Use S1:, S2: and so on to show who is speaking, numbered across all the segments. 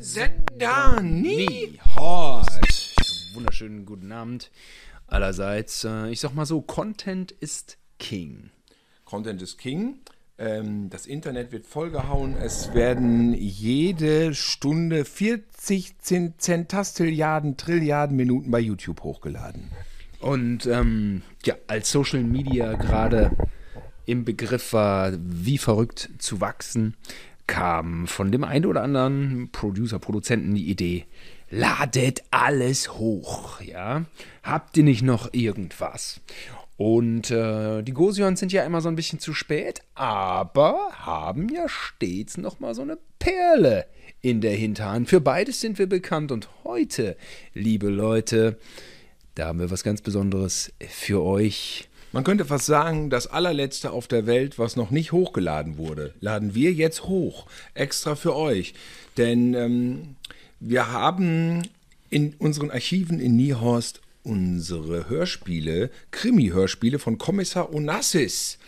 S1: Sender Niehorst.
S2: Wunderschönen guten Abend allerseits. Äh, Ich sag mal so, Content ist King.
S1: Content is King. Ähm, das Internet wird vollgehauen. Es werden jede Stunde 40 Zent- Zentastilliarden, Trilliarden Minuten bei YouTube hochgeladen.
S2: Und ähm, ja, als Social Media gerade im Begriff war, wie verrückt zu wachsen, kam von dem einen oder anderen Producer, Produzenten die Idee, ladet alles hoch, ja? Habt ihr nicht noch irgendwas? Und äh, die Gosions sind ja immer so ein bisschen zu spät, aber haben ja stets noch mal so eine Perle in der Hinterhand. Für beides sind wir bekannt und heute, liebe Leute, da haben wir was ganz Besonderes für euch.
S1: Man könnte fast sagen, das allerletzte auf der Welt, was noch nicht hochgeladen wurde, laden wir jetzt hoch, extra für euch. Denn ähm, wir haben in unseren Archiven in Niehorst unsere Hörspiele, Krimi-Hörspiele von Kommissar Onassis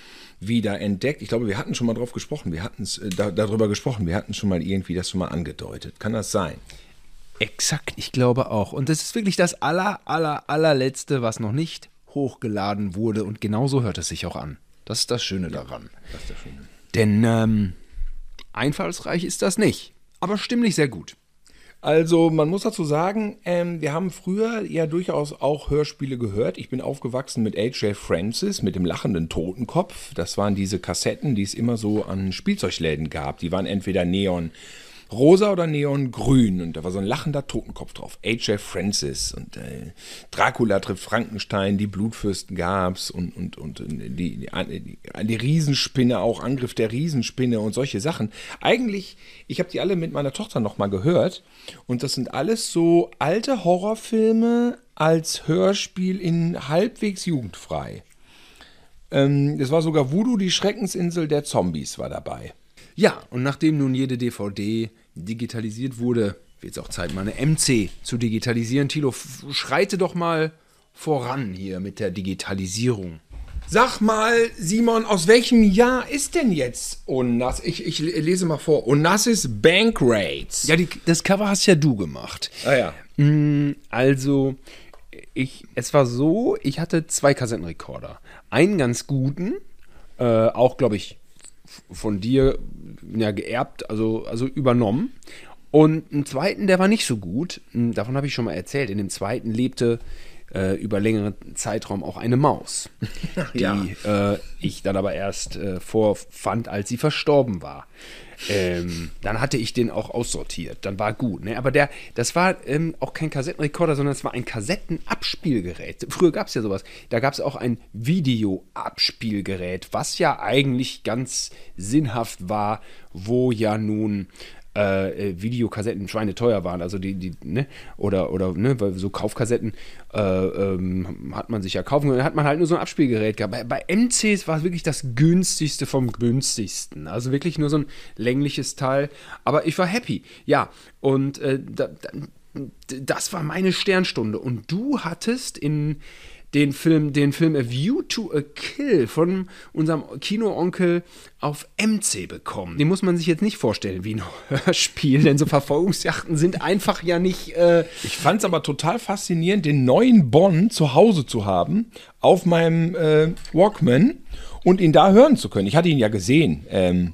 S1: wieder entdeckt. Ich glaube, wir hatten schon mal drauf gesprochen, wir hatten es äh, da, darüber gesprochen, wir hatten schon mal irgendwie das schon mal angedeutet. Kann das sein?
S2: Exakt, ich glaube auch. Und das ist wirklich das aller, aller, allerletzte, was noch nicht hochgeladen wurde. Und genauso hört es sich auch an. Das ist das Schöne daran.
S1: Das ist ja schön.
S2: Denn ähm, einfallsreich ist das nicht. Aber stimmlich sehr gut.
S1: Also man muss dazu sagen, ähm, wir haben früher ja durchaus auch Hörspiele gehört. Ich bin aufgewachsen mit H.J. Francis, mit dem lachenden Totenkopf. Das waren diese Kassetten, die es immer so an Spielzeugläden gab. Die waren entweder neon rosa oder neon grün. Und da war so ein lachender Totenkopf drauf. H.J. Francis und äh, Dracula trifft Frankenstein, die Blutfürsten gab's und, und, und die, die, äh, die, die Riesenspinne, auch Angriff der Riesenspinne und solche Sachen. Eigentlich, ich habe die alle mit meiner Tochter nochmal gehört und das sind alles so alte Horrorfilme als Hörspiel in halbwegs jugendfrei. Ähm, es war sogar Voodoo, die Schreckensinsel der Zombies war dabei.
S2: Ja, und nachdem nun jede DVD digitalisiert wurde, wird es auch Zeit, mal eine MC zu digitalisieren. Tilo, f- schreite doch mal voran hier mit der Digitalisierung.
S1: Sag mal, Simon, aus welchem Jahr ist denn jetzt Onassis? Ich, ich lese mal vor. Onassis Bank Rates.
S2: Ja, die, das Cover hast ja du gemacht.
S1: Ah ja.
S2: Mm, Also, ich, es war so, ich hatte zwei Kassettenrekorder. Einen ganz guten, äh, auch, glaube ich, f- von dir ja, geerbt, also, also übernommen. Und einen zweiten, der war nicht so gut. Mm, Davon habe ich schon mal erzählt. In dem zweiten lebte äh, über längeren Zeitraum auch eine Maus, die äh, ich dann aber erst äh, vorfand, als sie verstorben war. Ähm, dann hatte ich den auch aussortiert. Dann war gut. Ne? Aber der, das war ähm, auch kein Kassettenrekorder, sondern es war ein Kassettenabspielgerät. Früher gab es ja sowas. Da gab es auch ein Videoabspielgerät, was ja eigentlich ganz sinnhaft war, wo ja nun äh, äh, Videokassetten schweineteuer waren, also die, die, ne, oder, oder, ne, weil so Kaufkassetten äh, ähm, hat man sich ja kaufen können, dann hat man halt nur so ein Abspielgerät gehabt. Bei, bei MCs war es wirklich das günstigste vom günstigsten, also wirklich nur so ein längliches Teil, aber ich war happy, ja, und äh, da, da, das war meine Sternstunde und du hattest in den Film, den Film A View to a Kill von unserem Kinoonkel auf MC bekommen. Den muss man sich jetzt nicht vorstellen wie ein Hörspiel, denn so Verfolgungsjachten sind einfach ja nicht. Äh,
S1: Ich fand es aber total faszinierend, den neuen Bonn zu Hause zu haben, auf meinem äh, Walkman und ihn da hören zu können. Ich hatte ihn ja gesehen ähm,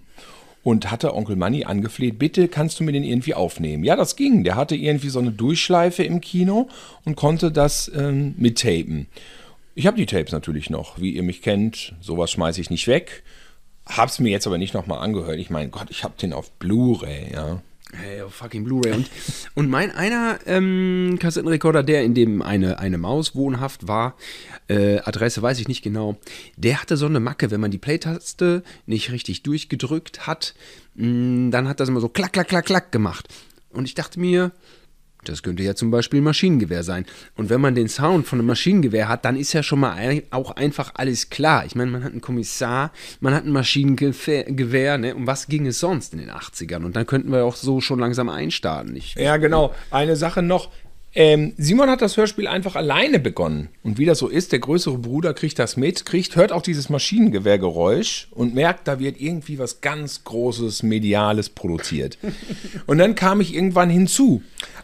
S1: und hatte Onkel Manny angefleht, bitte kannst du mir den irgendwie aufnehmen. Ja, das ging. Der hatte irgendwie so eine Durchschleife im Kino und konnte das ähm, mittapen. Ich habe die Tapes natürlich noch, wie ihr mich kennt. Sowas schmeiße ich nicht weg. Hab's mir jetzt aber nicht nochmal angehört. Ich meine, Gott, ich hab den auf Blu-ray, ja.
S2: Hey, oh, fucking Blu-ray. Und, und mein einer ähm, Kassettenrekorder, der in dem eine, eine Maus wohnhaft war, äh, Adresse weiß ich nicht genau, der hatte so eine Macke, wenn man die Play-Taste nicht richtig durchgedrückt hat, mh, dann hat das immer so klack, klack, klack, klack gemacht. Und ich dachte mir, das könnte ja zum Beispiel ein Maschinengewehr sein. Und wenn man den Sound von einem Maschinengewehr hat, dann ist ja schon mal ein, auch einfach alles klar. Ich meine, man hat einen Kommissar, man hat ein Maschinengewehr, Gewehr, ne? Um was ging es sonst in den 80ern? Und dann könnten wir auch so schon langsam einstarten. Ich,
S1: Ja, genau. Eine Sache noch. Ähm, Simon hat das Hörspiel einfach alleine begonnen. Und wie das so ist, der größere Bruder kriegt das mit, kriegt, hört auch dieses Maschinengewehrgeräusch und merkt, da wird irgendwie was ganz Großes, Mediales produziert. und dann kam ich irgendwann hinzu.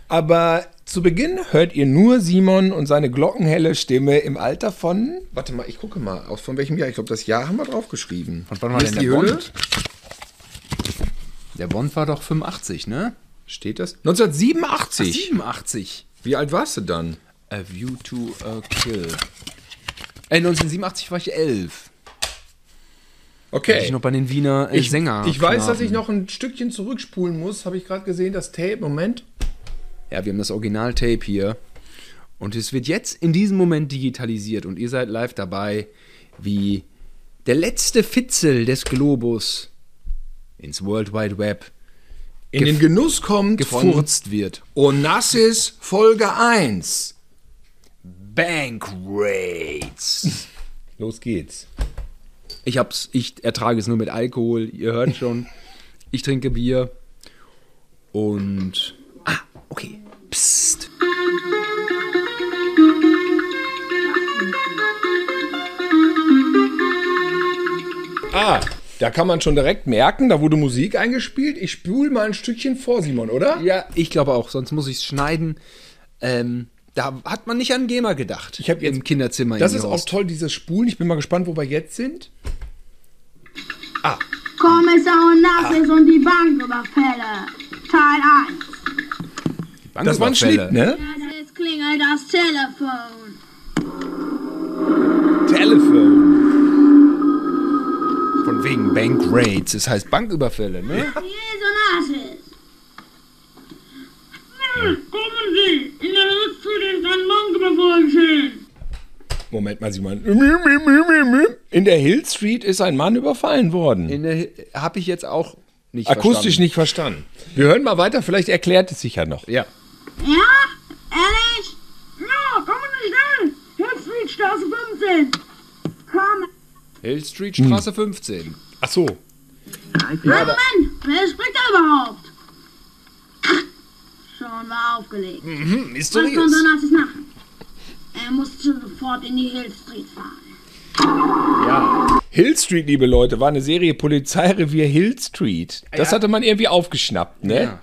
S1: Aber zu Beginn hört ihr nur Simon und seine glockenhelle Stimme im Alter von. Warte mal, ich gucke mal, aus von welchem Jahr? Ich glaube, das Jahr haben wir draufgeschrieben.
S2: Und wann war
S1: Hier
S2: denn
S1: ist
S2: der
S1: die Höhle.
S2: Bond? Der Bond war doch 85, ne?
S1: Steht das? 1987.
S2: 87.
S1: Wie alt warst du dann?
S2: A View to a Kill. Äh, 1987 war ich 11.
S1: Okay.
S2: Hätte ich noch bei den Wiener äh,
S1: Ich-
S2: Sänger.
S1: Ich weiß, dass
S2: Knaben.
S1: ich noch ein Stückchen zurückspulen muss. Habe ich gerade gesehen, das Tape. Moment.
S2: Ja, wir haben das Original-Tape hier. Und es wird jetzt in diesem Moment digitalisiert. Und ihr seid live dabei, wie der letzte Fitzel des Globus ins World Wide Web
S1: In den Genuss kommt
S2: gefurzt wird.
S1: von Onassis Folge 1.
S2: Bankrates.
S1: Los geht's.
S2: Ich hab's, ich ertrage es nur mit Alkohol, ihr hört schon. Ich trinke Bier. Und. Ah, okay. Psst.
S1: Ah, da kann man schon direkt merken, da wurde Musik eingespielt. Ich spule mal ein Stückchen vor, Simon, oder?
S2: Ja, ich glaube auch, sonst muss ich's schneiden. Ähm, da hat man nicht an GEMA gedacht.
S1: Ich hab jetzt-
S2: Im Kinderzimmer.
S1: Das
S2: in
S1: ist auch
S2: Horst.
S1: toll, dieses Spulen. Ich bin mal gespannt, wo wir jetzt sind.
S3: Kommissar und Nassis und die Banküberfälle. Teil 1.
S1: Das war ein Schnitt, ne?
S3: Es klingelt das Telefon.
S2: Telefon. Von wegen Bankrates. Das heißt Banküberfälle, ne?
S3: Hier ist Nassis.
S4: Kommen Sie! In der Rückführung ist ein Banküberfall geschehen!
S1: Moment mal, Simon. In der Hill Street ist ein Mann überfallen worden.
S2: In der habe ich jetzt auch nicht
S1: Akustisch nicht verstanden. Wir hören mal weiter, vielleicht erklärt es sich ja noch.
S2: Ja.
S3: Ja? Ehrlich?
S4: Ja, kommen Sie schnell! Hill Street, Straße 15!
S3: Komm.
S2: Hill Street
S1: Hm.
S2: Straße 15.
S1: Ach so.
S3: Moment, wer spricht da überhaupt? Schon war aufgelegt. Was konnte Nassis machen? Er musste sofort in die Hill Street fahren.
S1: Hill Street, liebe Leute, war eine Serie Polizeirevier Hill Street. Das
S2: Ja.
S1: hatte man irgendwie aufgeschnappt, ne?
S2: Ja.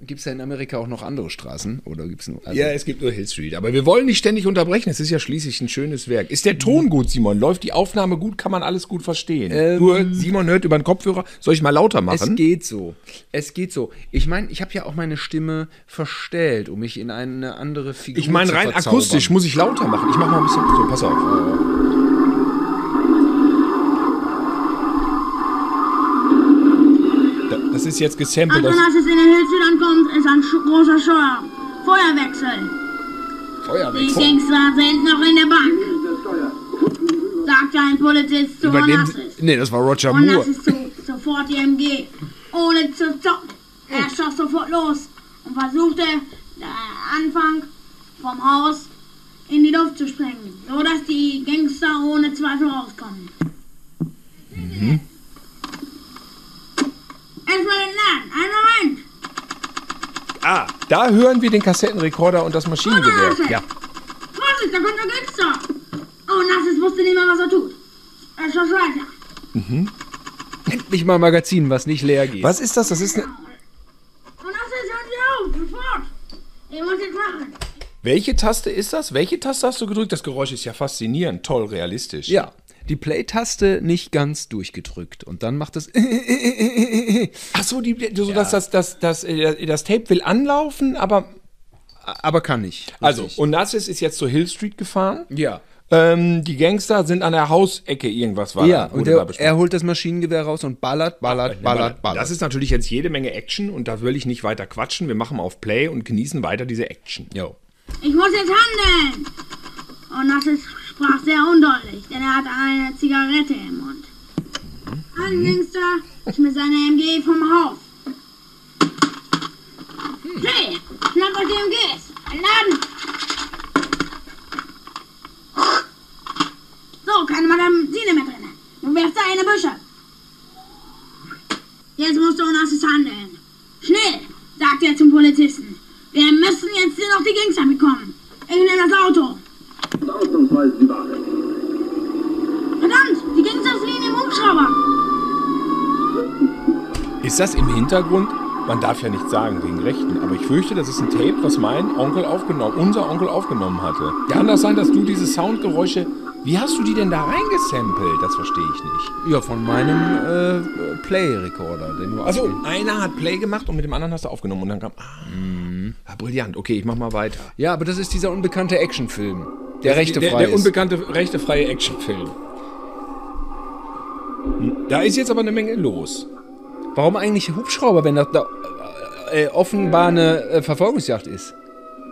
S2: Gibt es ja in Amerika auch noch andere Straßen? Oder gibt's nur. also-
S1: Ja. es gibt nur Hill Street. Aber wir wollen nicht ständig unterbrechen. Es ist ja schließlich ein schönes Werk. Ist der Ton gut, Simon? Läuft die Aufnahme gut? Kann man alles gut verstehen? Nur Simon hört über den Kopfhörer. Soll ich mal lauter
S2: Ähm, Es
S1: machen?
S2: geht so. Es geht so. Ich meine, ich habe ja auch meine Stimme verstellt, um mich in eine andere Figur
S1: Ich meine,
S2: zu
S1: rein
S2: um verzaubern.
S1: akustisch muss ich lauter machen. Ich mache mal ein bisschen. So, pass auf. Da- Das ist jetzt gesampelt.
S3: Als
S1: Das
S3: Nassis in der Hill Street ankommt, ist ein sch- großer Scheuer. Feuerwechsel. Die
S2: Feuerwechsel.
S3: Gangster sind noch in der Bank, sagte ein Polizist zu
S2: Übernehmen.
S3: Onassis.
S2: Nee, das war Roger Moore.
S3: Onassis zog sofort die MG, ohne zu zocken. Er schoss sofort los und versuchte, den Anfang vom Haus in die Luft zu sprengen, sodass die Gangster ohne Zweifel rauskommen. Erstmal den Laden, einen Moment.
S1: Ah, da hören wir den Kassettenrekorder und das Maschinengewehr.
S3: Onassis! Vorsicht, da kommt der Gangster! Onassis wusste nicht mehr, was er tut. Er schoss weiter.
S2: Endlich mal ein Magazin, was nicht leer geht.
S1: Was ist das? Das ist eine.
S3: Und das ist Oh, hören Sie auf, sofort! Ihr müsst jetzt machen.
S1: Welche Taste ist das? Welche Taste hast du gedrückt? Das Geräusch ist ja faszinierend, toll, realistisch.
S2: Ja, die Play-Taste nicht ganz durchgedrückt. Und dann macht es.
S1: Ach so, die, die- so dass das, das, das, äh, das Tape will anlaufen, aber.
S2: Aber kann nicht.
S1: Also,
S2: Richtig.
S1: Onassis ist jetzt zur Hill Street gefahren.
S2: ja.
S1: Ähm, die Gangster sind an der Hausecke irgendwas war.
S2: Ja,
S1: da,
S2: und
S1: wurde da
S2: der,
S1: besprochen.
S2: er holt das Maschinengewehr raus und ballert, ballert, ballert, ballert.
S1: Das ist natürlich jetzt jede Menge Action und da will ich nicht weiter quatschen. Wir machen auf Play und genießen weiter diese Action.
S2: Jo.
S3: Ich muss jetzt handeln! Und Nassis sprach sehr undeutlich, denn er hatte eine Zigarette im Mund. Ein Gangster schmiss seine MG vom Haus. Hey, schnappt euch die MGs! Ein Laden! So, keine Magazine mehr drin. Nun werft da eine Büsche. Jetzt musste Onassis handeln. Schnell, sagte er zum Polizisten. Wir müssen jetzt hier noch die Gangster bekommen. Ich nehme das Auto.
S5: Ausnahmsweise die Ware.
S3: Verdammt, die Gangster fliehen im Hubschrauber.
S1: Ist das im Hintergrund? Man darf ja nicht sagen wegen Rechten, aber ich fürchte, das ist ein Tape, was mein Onkel aufgenommen, unser Onkel aufgenommen hatte. Kann das sein, dass du diese Soundgeräusche, wie hast du die denn da reingesampelt? Das verstehe ich nicht.
S2: Ja, von meinem äh, Play-Recorder. den du
S1: Also
S2: aufspielst.
S1: einer hat Play gemacht und mit dem anderen hast du aufgenommen und dann kam, ah, ja, brillant. Okay, ich mach mal weiter. Also,
S2: Ja, aber das ist dieser unbekannte Actionfilm. Der rechte
S1: der,
S2: frei
S1: der
S2: ist.
S1: unbekannte rechtefreie Actionfilm. Da ist jetzt aber eine Menge los.
S2: Warum eigentlich Hubschrauber, wenn das da, äh, äh, offenbar eine äh, Verfolgungsjagd ist?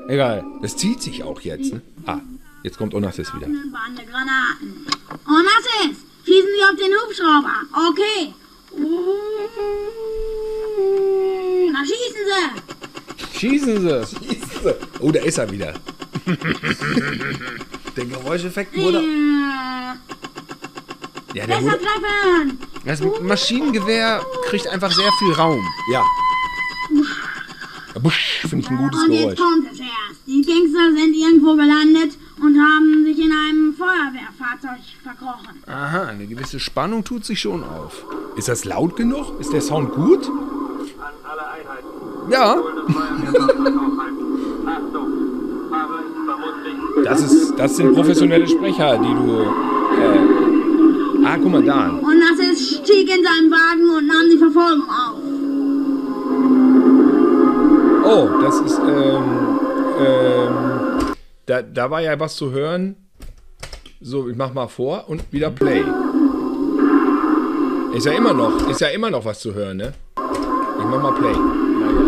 S2: Egal.
S1: Das zieht sich auch jetzt. Ne? Ah, jetzt kommt Onassis wieder.
S3: Bande Granaten. Und was ist? Schießen Sie auf den Hubschrauber. Okay. Na, schießen Sie.
S2: Schießen Sie!
S1: Oh, da ist er wieder.
S6: Der Geräuscheffekt wurde.
S3: Äh,
S1: Ja, der
S3: besser
S1: wurde,
S3: treffen.
S2: Das Maschinengewehr kriegt einfach sehr viel Raum.
S1: ja. Busch, finde ich ein gutes
S3: Und jetzt
S1: Geräusch.
S3: kommt es erst. Die Gangster sind irgendwo gelandet und haben sich in einem Feuerwehrfahrzeug verkrochen.
S2: Aha, eine gewisse Spannung tut sich schon auf.
S1: Ist das laut genug? Ist der Sound gut?
S5: An alle Einheiten.
S2: Ja,
S5: Schulden Feuerwehrfahrzeug aufhalten. Achtung, Fahrer ist vermutlich.
S1: Das, ist, das sind professionelle Sprecher, die du. Äh, ah, guck mal da.
S3: Und Nassis stieg in seinen Wagen und nahm die Verfolgung auf.
S1: Oh, das ist. Ähm, ähm, da, da war ja was zu hören. So, ich mach mal vor und wieder Play. Ist ja immer noch, ist ja immer noch was zu hören, ne? Ich mach mal Play. Naja.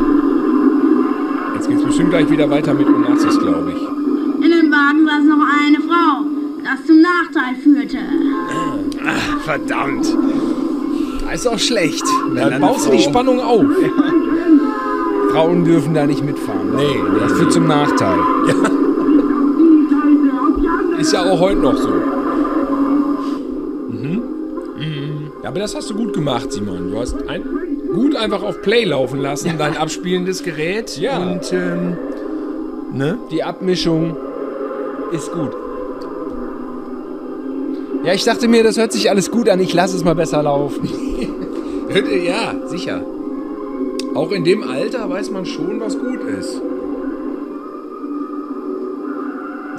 S1: Jetzt geht's bestimmt gleich wieder weiter mit Onassis, glaube ich.
S3: In dem Wagen saß noch eine Frau, das zum Nachteil führte.
S2: verdammt. Das Ah, ist auch schlecht. Wenn
S1: Dann baust du die
S2: Spannung.
S1: Spannung auf.
S2: Frauen dürfen da nicht mitfahren.
S1: Nee, nee,
S2: Das führt zum Nachteil.
S1: Ist ja auch heute noch so. Mhm. Mhm. Ja, aber das hast du gut gemacht, Simon. Du hast ein, gut einfach auf Play laufen lassen, dein abspielendes Gerät.
S2: Ja.
S1: Und, ähm, ne?
S2: Die Abmischung ist gut. Ja, ich dachte mir, das hört sich alles gut an. Ich lasse es mal besser laufen.
S1: Ja, sicher. Auch in dem Alter weiß man schon, was gut ist.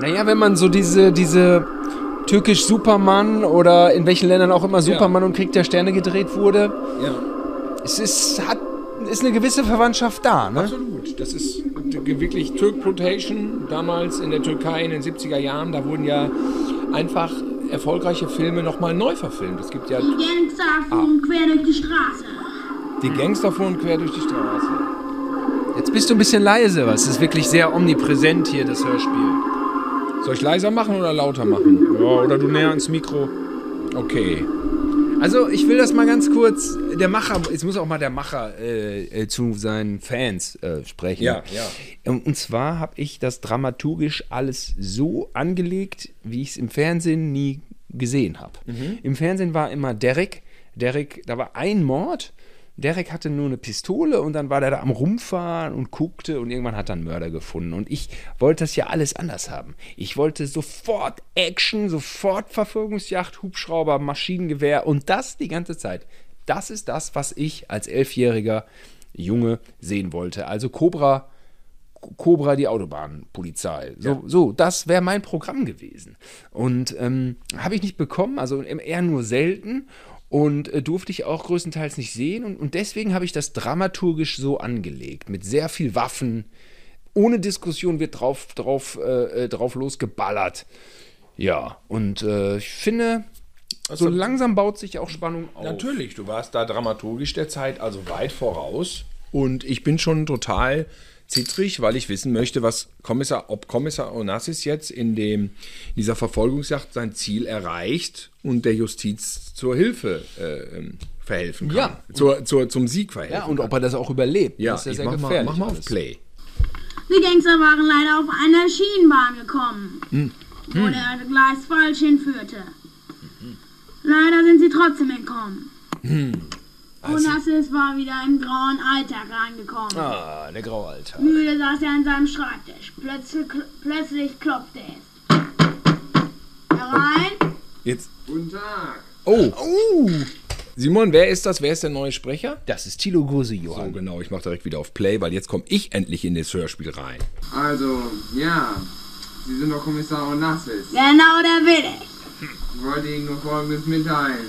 S2: Naja, wenn man so diese, diese türkisch Superman oder in welchen Ländern auch immer Superman und Krieg der Sterne gedreht wurde,
S1: Ja,
S2: es ist, hat, ist eine gewisse Verwandtschaft da, ne?
S1: absolut. Das ist äh, wirklich Türkplotation damals in der Türkei in den 70er Jahren. Da wurden ja einfach erfolgreiche Filme nochmal neu verfilmt. Es gibt ja
S3: Die Gangster fuhren quer durch die Straße.
S1: die Gangster fuhren quer durch die Straße.
S2: Jetzt bist du ein bisschen leise, was ist wirklich sehr omnipräsent hier, das Hörspiel.
S1: Soll ich leiser machen oder lauter machen?
S2: Ja, oder du näher ans Mikro.
S1: Okay.
S2: Also, ich will das mal ganz kurz. Der Macher, jetzt muss auch mal der Macher äh, äh, zu seinen Fans äh, sprechen. Ähm,
S1: Ja, ja.
S2: Und, und zwar habe ich das dramaturgisch alles so angelegt, wie ich es im Fernsehen nie gesehen habe.
S1: Mhm.
S2: Im Fernsehen war immer Derek. Derek, da war ein Mord. Derek hatte nur eine Pistole und dann war der da am Rumfahren und guckte und irgendwann hat er einen Mörder gefunden. Und ich wollte das ja alles anders haben. Ich wollte sofort Action, sofort Verfolgungsjagd, Hubschrauber, Maschinengewehr und das die ganze Zeit. Das ist das, was ich als elfjähriger Junge sehen wollte. Also Cobra Cobra die Autobahnpolizei. So, so das wäre mein Programm gewesen. Und ähm, habe ich nicht bekommen, also eher nur selten und äh, durfte ich auch größtenteils nicht sehen. Und, und deswegen habe ich das dramaturgisch so angelegt, mit sehr viel Waffen. Ohne Diskussion wird drauf, drauf, äh, äh, drauf losgeballert. Ja, und äh, ich finde, so langsam baut sich auch Spannung auf.
S1: Also Natürlich, du warst da dramaturgisch der Zeit, also weit voraus. Und ich bin schon total zittrig, weil ich wissen möchte, was Kommissar, ob Kommissar Onassis jetzt in dem, in dieser Verfolgungsjagd sein Ziel erreicht und der Justiz zur Hilfe äh, ähm, verhelfen kann.
S2: Ja.
S1: Zur, zur, zum Sieg verhelfen.
S2: Ja, und ob er das auch überlebt.
S1: ja,
S2: das ist ja
S1: ich
S2: sehr
S1: mach, mal,
S2: gefährlich.
S1: mach mal auf
S2: alles.
S1: Play.
S3: Die Gangster waren leider auf eine Schienenbahn gekommen,
S2: Hm.
S3: wo der Gleis
S2: Hm.
S3: falsch hinführte. Leider sind sie trotzdem entkommen.
S2: Also-
S3: Und Hassis war wieder im grauen Alltag reingekommen.
S2: Ah, der graue Alter.
S3: Müde saß er an seinem Schreibtisch. Plötzlich, plötzlich klopfte es. Herein?
S1: Jetzt.
S5: Guten Tag.
S1: Oh. Simon, wer ist das? Wer ist der neue Sprecher?
S2: Das ist Thilo Gose,
S1: So,
S2: Johann.
S1: genau, ich mache direkt wieder auf Play, weil jetzt komme ich endlich in das Hörspiel rein.
S5: Also, ja. Sie sind doch Kommissar Onassis.
S3: Genau, der will ich.
S5: Ich wollte Ihnen nur Folgendes mitteilen.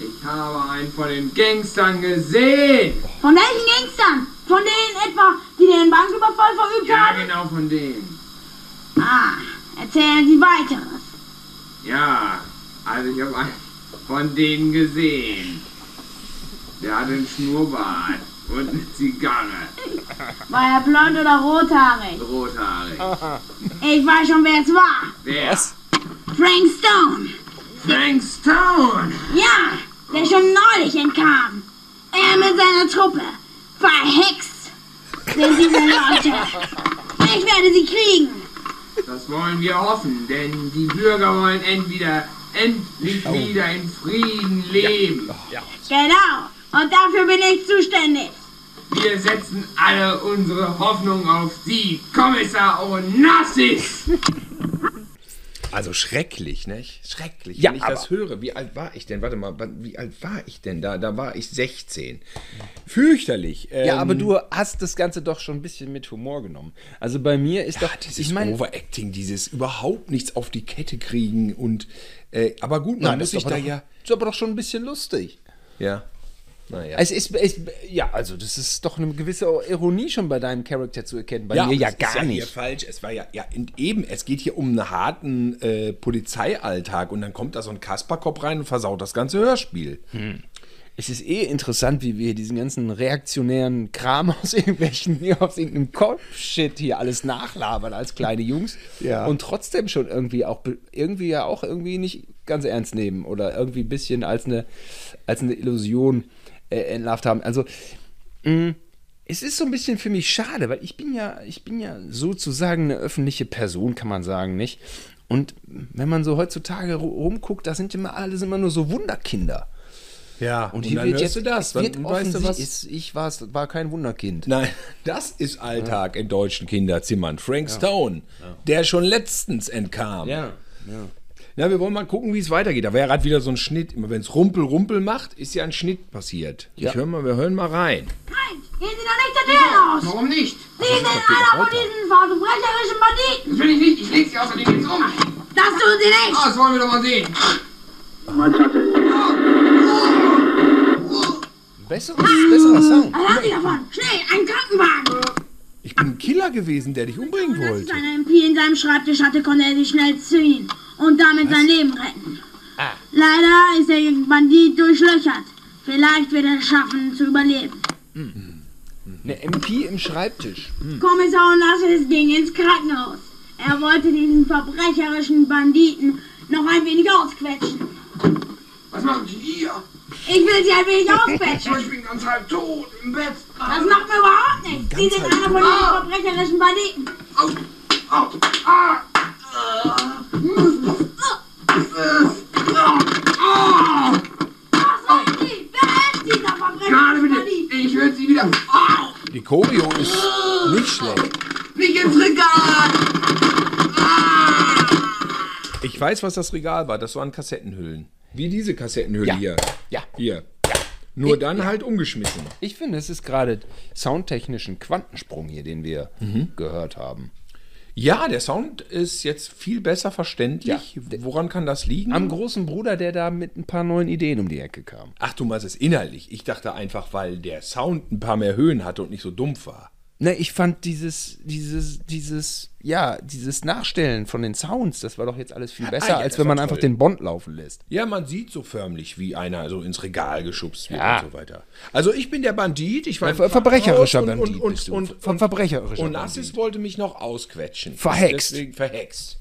S5: Ich habe einen von den Gangstern gesehen.
S3: Von welchen Gangstern? Von denen etwa, die den Banküberfall verübt
S5: Ja,
S3: haben?
S5: genau von denen.
S3: Ah, erzählen Sie weiteres.
S5: Ja, also ich habe einen von denen gesehen. Der hat einen Schnurrbart und eine Zigarre.
S3: War er blond oder rothaarig?
S5: Rothaarig.
S3: Ich weiß schon, wer es war.
S5: Der
S1: Was?
S3: Frank Stone.
S5: Frank Stone.
S3: Ja, der schon neulich entkam. Er mit seiner Truppe. Verhext sind diese Leute. Ich werde sie kriegen.
S5: Das wollen wir hoffen, denn die Bürger wollen entweder endlich wieder in Frieden leben.
S3: Genau. Und dafür bin ich zuständig.
S5: Wir setzen alle unsere Hoffnung auf Sie, Kommissar Onassis.
S1: Also schrecklich, nicht? Schrecklich.
S2: Ja,
S1: Wenn ich
S2: aber-
S1: das höre, wie alt war ich denn? Warte mal, wann- wie alt war ich denn da? Da war ich 16. Fürchterlich.
S2: Ja,
S1: Ähm,
S2: aber du hast das Ganze doch schon ein bisschen mit Humor genommen. Also bei mir ist doch,
S1: Ach, Ah, dieses
S2: ich meine,
S1: Overacting, dieses überhaupt nichts auf die Kette kriegen und äh, aber gut, man
S2: nein,
S1: muss
S2: das
S1: sich
S2: ist,
S1: da
S2: aber doch,
S1: ja.
S2: ist aber doch schon ein bisschen lustig.
S1: Ja. Naja.
S2: Es ist, es, ja, also das ist doch eine gewisse Ironie schon bei deinem Charakter zu erkennen. Bei mir
S1: und
S2: ja
S1: es
S2: gar
S1: ist ja Hier
S2: nicht.
S1: falsch. Es war ja, ja und eben, es geht hier um einen harten äh, Polizeialltag und dann kommt da so ein Kasperkopf rein und versaut das ganze Hörspiel.
S2: Es ist eh interessant, wie wir diesen ganzen reaktionären Kram aus irgendwelchen, aus irgendeinem Kopfshit hier alles nachlabern als kleine Jungs.
S1: Ja.
S2: Und trotzdem schon irgendwie auch, be- irgendwie ja auch irgendwie nicht ganz ernst nehmen oder irgendwie ein bisschen als eine, als eine Illusion äh, entlarvt haben. Also, mh, es ist so ein bisschen für mich schade, weil ich bin ja, ich bin ja sozusagen eine öffentliche Person, kann man sagen, nicht? Und wenn man so heutzutage ru- rumguckt, da sind immer alles immer nur so Wunderkinder.
S1: Ja,
S2: Und hier wird jetzt,
S1: Dann
S2: wird
S1: weißt du was.
S2: Ist, ich war's, war kein Wunderkind.
S1: Nein, das ist Alltag in deutschen Kinderzimmern. Frank Stone, der schon letztens entkam. Na, wir wollen mal gucken, wie es weitergeht. Da wäre gerade wieder so ein Schnitt. Immer wenn es Rumpel, Rumpel macht, ist ja ein Schnitt passiert.
S2: Ja.
S1: Ich hör mal, wir hören mal rein.
S3: Nein, gehen Sie doch nicht der Tür raus.
S5: Warum nicht?
S3: Sie sind einer von diesen verbrecherischen Banditen.
S5: Das will ich nicht. Ich leg Sie außerdem jetzt um.
S3: Das tun Sie nicht.
S5: Ah, das wollen wir doch mal sehen.
S6: Mein Schatten.
S2: Besseres, besserer Sound.
S3: Lass Sie davon. Schnell, ein Krankenwagen.
S1: Ich bin ein Killer gewesen, der dich umbringen
S3: Als es
S1: wollte.
S3: eine MP in seinem Schreibtisch hatte, konnte er sie schnell ziehen und damit sein Leben retten.
S5: Ah.
S3: Leider ist der Bandit durchlöchert. Vielleicht wird er es schaffen, zu überleben.
S2: Eine MP im Schreibtisch.
S5: Hm.
S3: Kommissar Onassis ging ins Krankenhaus. Er wollte diesen verbrecherischen Banditen noch ein wenig ausquetschen.
S5: Was machen Sie hier?
S3: Ich will sie ein wenig ausquetschen.
S5: Oh, Ich bin ganz halb tot im Bett.
S3: Das macht mir überhaupt nichts. Sie sind einer von diesen verbrecherischen Banditen.
S5: Au, au, ah.
S3: Was wollen Sie? Wer ist dieser
S5: Ah. Gerade
S3: verbrecherische
S5: bitte.
S3: Bandit?
S5: Ich höre Sie wieder. Au.
S1: Die Choreo ist nicht schlecht.
S5: Nicht ins Regal.
S1: Ich weiß, was das Regal war. Das waren Kassettenhüllen. Wie diese Kassettenhülle
S2: Ja.
S1: hier.
S2: Ja.
S1: Hier. Nur dann halt umgeschmissen.
S2: Ich finde, es ist gerade soundtechnisch ein Quantensprung hier, den wir
S1: Mhm.
S2: gehört haben.
S1: Ja, der Sound ist jetzt viel besser verständlich. Woran kann das liegen?
S2: Am großen Bruder, der da mit ein paar neuen Ideen um die Ecke kam.
S1: Ach, du meinst es innerlich. Ich dachte einfach, weil der Sound ein paar mehr Höhen hatte und nicht so dumpf war.
S2: Ne, ich fand dieses, dieses, dieses, ja, dieses Nachstellen von den Sounds, das war doch jetzt alles viel besser,
S1: Ah, ja,
S2: als
S1: das
S2: wenn
S1: war
S2: man einfach
S1: toll.
S2: den Bond laufen lässt.
S1: Ja, man sieht so förmlich, wie einer so ins Regal geschubst wird
S2: Ja.
S1: und so weiter. Also ich bin der Bandit, ich war
S2: Ver- verbrecherischer
S1: und,
S2: Bandit
S1: und, und,
S2: bist du.
S1: und,
S2: Ver- verbrecherischer
S1: und Onassis wollte mich noch ausquetschen.
S2: Verhext.
S1: Deswegen verhext.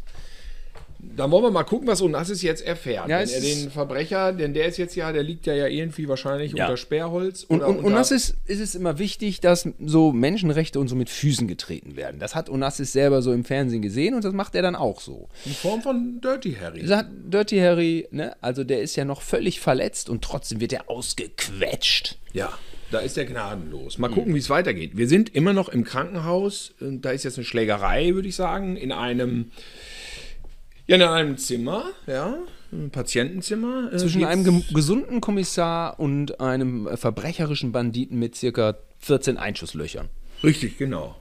S1: Dann wollen wir mal gucken, was Onassis jetzt erfährt.
S2: Ja,
S1: wenn
S2: es
S1: er
S2: ist-
S1: den Verbrecher, denn der ist jetzt ja, der liegt ja, ja irgendwie wahrscheinlich
S2: Ja.
S1: unter Sperrholz.
S2: Und,
S1: oder
S2: und
S1: unter,
S2: Onassis ist es immer wichtig, dass so Menschenrechte und so mit Füßen getreten werden. Das hat Onassis selber so im Fernsehen gesehen und das macht er dann auch so.
S1: in Form von Dirty Harry.
S2: Dieser Dirty Harry, ne, also der ist ja noch völlig verletzt und trotzdem wird er ausgequetscht.
S1: Ja, da ist er gnadenlos. Mal gucken, wie es weitergeht. Wir sind immer noch im Krankenhaus. Und Da ist jetzt eine Schlägerei, würde ich sagen, in einem, ja, in einem Zimmer, ja, im Patientenzimmer. äh,
S2: Zwischen
S1: geht's-
S2: einem gem- gesunden Kommissar und einem äh, verbrecherischen Banditen mit circa 14 Einschusslöchern.
S1: Richtig, genau.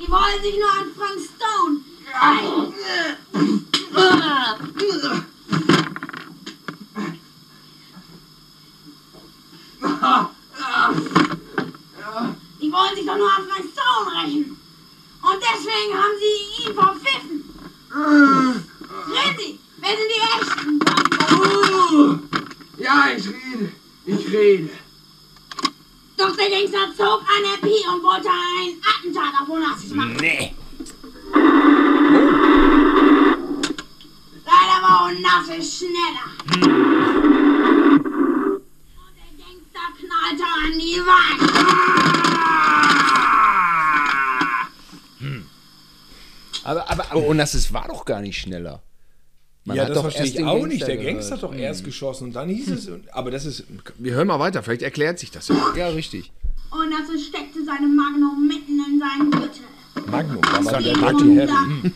S3: Die wollen sich nur an Frank Stone. Die wollen sich doch nur an Frank Stone rächen. Und deswegen haben sie ihn verpfiffen. Drehen Sie, wer sind die echten?
S5: Ah. Ja, ich rede. Ich rede.
S3: Doch der Gangster zog an der Pi und wollte einen Attentat auf Onassis machen.
S2: Nee.
S3: Leider war Onassis schneller. Und der Gangster knallte an die Wand.
S2: Aber, aber, aber Onassis war doch gar nicht schneller. Man
S1: ja,
S2: hat
S1: das
S2: doch
S1: verstehe
S2: erst
S1: ich
S2: den
S1: auch nicht. also. Hm. Der
S2: gehört.
S1: Gangster hat doch erst geschossen und dann hieß es. und- Aber das ist. Wir hören mal weiter, vielleicht erklärt sich das ja.
S2: Ja, richtig.
S3: Onassis steckte seine Magnum mitten in seinen Gürtel.
S1: Magnum, das war
S3: Die
S1: der Dirty
S3: Runde.
S1: Harry.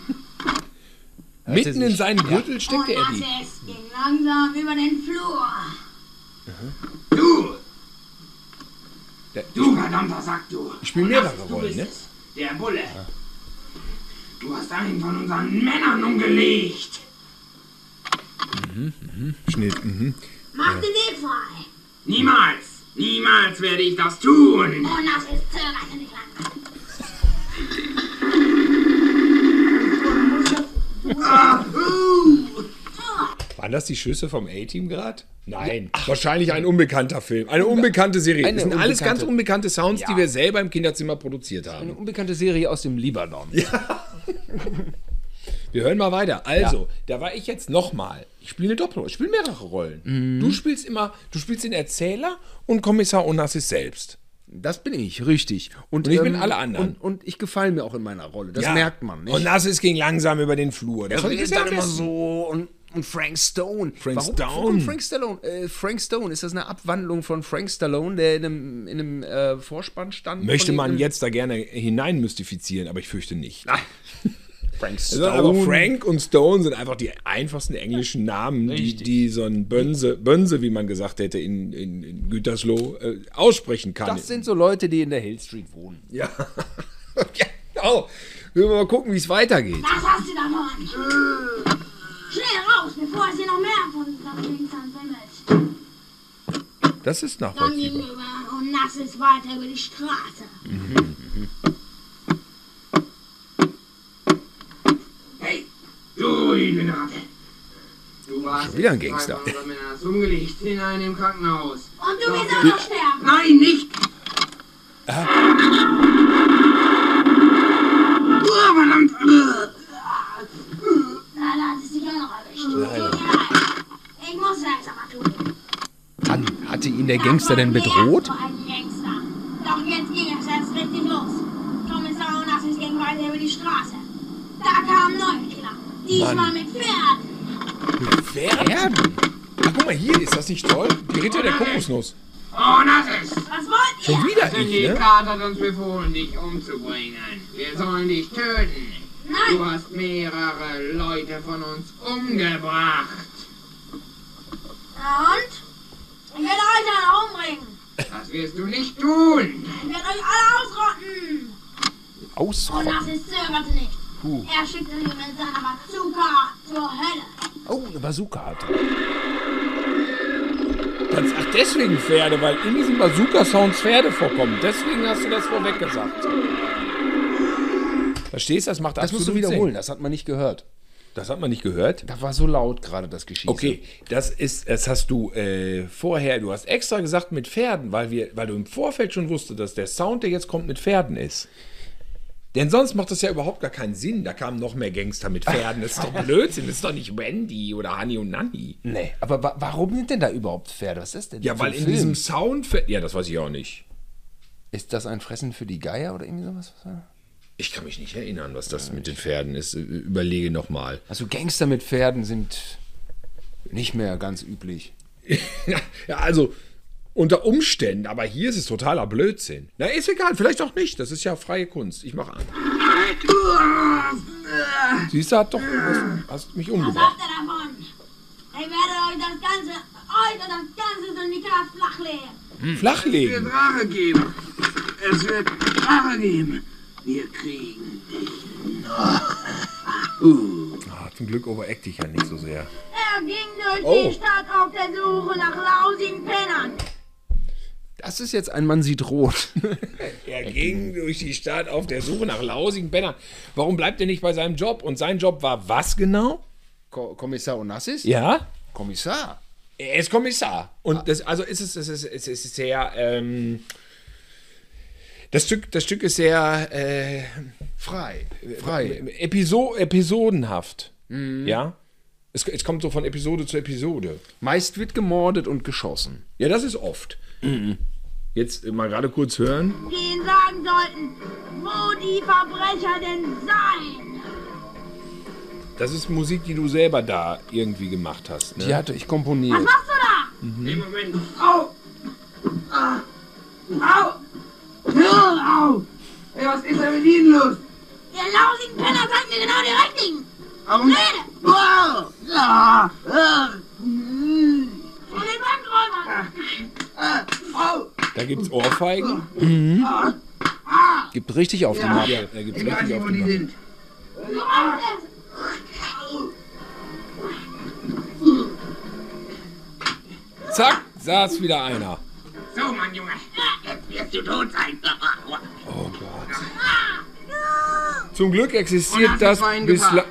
S1: Mitten in
S2: nicht-
S1: seinen Gürtel steckte er die.
S3: Onassis ging langsam über den Flur.
S5: Du,
S1: Der-
S5: du verdammter Sack, du.
S1: Ich spiele mehrere Rollen, ne?
S5: Der Bulle. Du hast einen von unseren Männern umgelegt.
S1: Schnitt. Mhm.
S3: Mach den Weg frei.
S5: Niemals, niemals werde ich das
S3: Oh,
S5: tun.
S3: Onassis zögerte nicht lange.
S1: Waren das die Schüsse vom A-Team gerade? Nein. Wahrscheinlich ein unbekannter Film. Eine unbekannte Serie.
S2: Eine
S1: das sind alles
S2: unbekannte-
S1: ganz unbekannte Sounds,
S2: Ja.
S1: die wir selber im Kinderzimmer produziert haben.
S2: Eine unbekannte Serie aus dem Libanon.
S1: Wir hören mal weiter. Also, da war ich jetzt nochmal. Ich spiele eine Doppelrolle. Ich spiele mehrere Rollen.
S2: Mhm.
S1: Du spielst immer, du spielst den Erzähler und Kommissar Onassis selbst.
S2: Das bin ich, richtig. Und, ähm,
S1: ich bin alle anderen.
S2: Und, und ich gefalle mir auch in meiner Rolle. Das merkt man. Nicht?
S1: Onassis ging langsam über den Flur. Das
S2: Er
S1: hab ich
S2: redet
S1: bisher
S2: dann immer
S1: vergessen.
S2: so und, und Frank Stone.
S1: Frank
S2: Warum,
S1: Stone.
S2: Warum Frank Stallone? Äh, Frank Stone, ist das eine Abwandlung von Frank Stallone, der in einem, in einem äh, Vorspann stand?
S1: Möchte
S2: Von
S1: man
S2: ihm?
S1: jetzt da gerne hineinmystifizieren, aber ich fürchte nicht.
S2: Ah, Frank
S1: Also, aber
S2: Stone.
S1: Frank und Stone sind einfach die einfachsten englischen Namen, die, die so ein Bönse, Bönse, wie man gesagt hätte, in, in, in Gütersloh äh, aussprechen kann.
S2: Das sind so Leute, die in der Hill Street wohnen.
S1: ja. ja, genau. Wir mal gucken, wie es weitergeht.
S3: Was hast du davon? Schnell raus, bevor es hier noch mehr von unseren Gangstern wimmelt.
S1: Das ist
S3: Dann ging
S1: nachvollziehbar.
S3: über und nass ist weiter über die Straße.
S5: Hey, du liebe Ratte. Du warst
S1: Schon wieder ein Gangster.
S5: zwei von unseren Männern hast du umgelegt in einem Krankenhaus.
S3: Und du wirst auch noch sterben.
S5: Nein, nicht. Ah, verdammt.
S3: Na, da hat es dich auch noch erwischt. Tut mir leid. Ich muss langsamer tun.
S2: Hat, hatte ihn der Gangster denn bedroht?
S3: Ja, ein Gangster. Doch jetzt ging es erst richtig los. Kommissar Onassis ging weiter über die Straße. Da kamen neue Killer. Diesmal mit Pferden.
S2: Erden.
S1: Ach, guck mal, hier ist das nicht toll? Die Ritter der Kokosnuss.
S5: Oh, das ist.
S3: Was wollt ihr?
S1: Schon
S7: Äh,
S1: wieder ich,
S5: Der
S1: ne?
S5: Syndikat hat uns befohlen, dich umzubringen. Wir sollen dich töten.
S3: Nein.
S5: Du hast mehrere Leute von uns umgebracht.
S3: Na und? Ich werde euch alle umbringen.
S5: Das wirst du nicht tun.
S3: Ich werde euch alle ausrotten. Und
S2: Ausrotten.
S3: das ist zögerte nicht. Er schickte sie mit seiner Bazooka zur Hölle.
S2: Oh, eine Bazooka hat er.
S1: Ganz, ach, deswegen Pferde, weil in diesen Bazooka-Sounds Pferde vorkommen. Deswegen hast du das vorweg gesagt. Verstehst du? Das macht
S2: Das musst du
S1: absolut
S2: wiederholen, das hat man nicht gehört.
S1: Sinn. Das hat man nicht gehört.
S2: Da war so laut gerade das Geschieße.
S1: Okay, das ist, das hast du äh, vorher, du hast extra gesagt mit Pferden, weil wir, weil du im Vorfeld schon wusstest, dass der Sound, der jetzt kommt, mit Pferden ist. Denn sonst macht das ja überhaupt gar keinen Sinn. Da kamen noch mehr Gangster mit Pferden. Das ist doch Blödsinn. Das ist doch nicht Wendy oder Hani und Nanni.
S2: Nee, aber wa warum sind denn da überhaupt Pferde? Was ist denn
S1: Ja,
S2: das für
S1: weil
S2: ein
S1: in
S2: Film?
S1: diesem Sound. Ja, das weiß ich auch nicht.
S2: Ist das ein Fressen für die Geier oder irgendwie sowas? Was war das?
S1: Ich kann mich nicht erinnern, was das mit den Pferden ist. Überlege nochmal.
S2: Also Gangster mit Pferden sind nicht mehr ganz üblich.
S1: ja, also unter Umständen, aber hier ist es totaler Blödsinn. Na, ist egal, vielleicht auch nicht. Das ist ja freie Kunst. Ich mach an. Siehst du, hat doch, hast, hast mich umgebracht.
S3: Sagt er davon? Ich werde euch das ganze, euch und das ganze Syndikat flachlegen.
S1: Flachlegen.
S5: Rache geben. Es wird Rache geben. Wir kriegen
S1: Ah, zum Glück overacte ich ja nicht so sehr.
S3: Er ging durch
S1: Oh.
S3: die Stadt auf der Suche nach lausigen Pennern.
S2: Das ist jetzt ein Mann sieht rot.
S1: Er ging durch die Stadt auf der Suche nach lausigen Bennern. Warum bleibt er nicht bei seinem Job? Und sein Job war was genau?
S2: Ko Kommissar Onassis?
S1: Ja?
S2: Kommissar.
S1: Er ist Kommissar. Und das, also ist es, es ist, es ist sehr, ähm, das Stück, das Stück ist sehr, äh,
S2: Frei. Frei.
S1: Episo episodenhaft.
S2: Mhm.
S1: Ja. Es, es kommt so von Episode zu Episode.
S2: Meist wird gemordet und geschossen. Mhm.
S1: Ja, das ist oft. Jetzt mal gerade kurz hören.
S3: Die ihnen sagen sollten, wo die Verbrecher denn seien.
S1: Das ist Musik, die du selber da irgendwie gemacht hast. Ne?
S2: Die hatte ich komponiert.
S3: Machst du da?
S5: im Moment.
S7: Au! Ah. Au! Hirn au! Ey, was ist denn mit Ihnen los?
S3: Ihr lausigen Penner sagt mir genau die richtigen.
S7: Warum?
S3: Rede
S7: Ah. Ah. Ah. Mm.
S3: von den Bankräubern.
S7: Ah. Au!
S1: Da gibt's Ohrfeigen.
S2: Gibt richtig auf die
S7: Ja.
S2: Mappe.
S1: Ja, da gibt's
S7: Ich weiß
S1: richtig
S7: nicht,
S1: auf
S7: wo
S1: die
S7: die
S1: Mappe.
S7: sind.
S3: Du machst es.
S1: Zack, saß wieder einer.
S5: So, mein Oh, Junge. Jetzt wirst du tot sein.
S1: Zum Glück existiert
S7: Und hast
S1: das
S7: du vorhin
S1: bislang.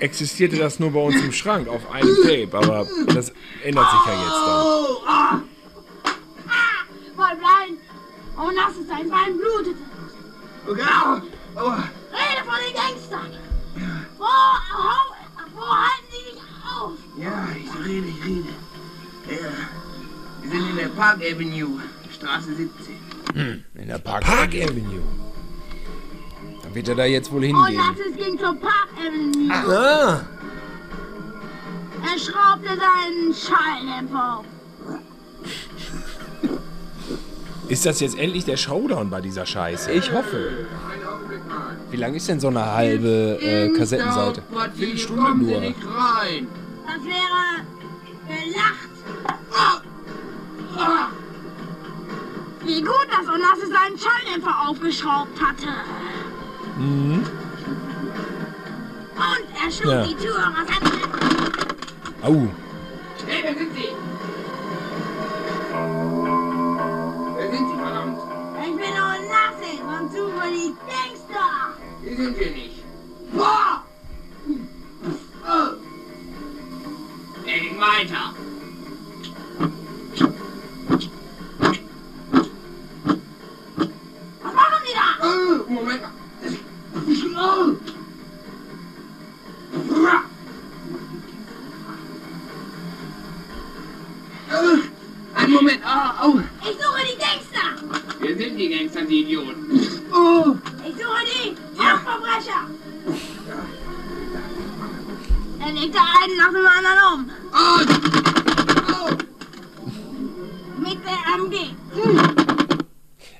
S1: Existierte das nur bei uns im Schrank auf einem Tape, aber das ändert sich ja jetzt dann.
S7: Oh! Ah.
S3: Ah, Voll blind. Oh, Und lass es sein Bein blutet.
S7: Au! Au!
S3: Rede von den Gangstern. Wo, hau, wo halten sie dich auf?
S7: Ja, ich rede, ich rede. Ja. Wir sind in der Park Avenue, Straße 17.
S2: In der Park.
S1: Park Avenue.
S2: Dann wird er da jetzt wohl
S3: Und
S2: hingehen.
S3: Lasses ging zur Park Avenue.
S1: Ah.
S3: ähm, Er schraubte seinen Schalldämpfer auf.
S1: Ist das jetzt endlich der Showdown bei dieser Scheiße?
S2: Ich hoffe.
S5: Einen Augenblick mal.
S2: Wie lang ist denn so eine halbe äh, Kassettenseite?
S5: Viertelstunde
S2: Viertelstunde nur.
S5: nicht rein.
S3: Das wäre gelacht. Oh. Wie gut, dass Onassis seinen Schalldämpfer aufgeschraubt hatte. Und er schlug
S1: Mhm. Ja.
S3: die Tür rasant.
S1: Au.
S5: Hey, wer sind Sie? Wer sind Sie, verdammt?
S3: Ich bin Onassis und suche die Gangster.
S5: Sie sind wir nicht.
S7: Ah! Ah!
S5: Er ging weiter.
S3: Was machen die da?
S7: Ah!
S5: Äh, Moment mal. Äh.
S7: Ah! Ah!
S5: Äh.
S7: Ah! Einen Moment, ah, au!
S3: Ich suche die Gangster.
S5: Wir sind die Gangster, die Idioten.
S7: Oh!
S3: Ich suche die Hauptverbrecher. Er legte einen nach dem anderen um.
S7: Ah! Au!
S3: Mit der MG.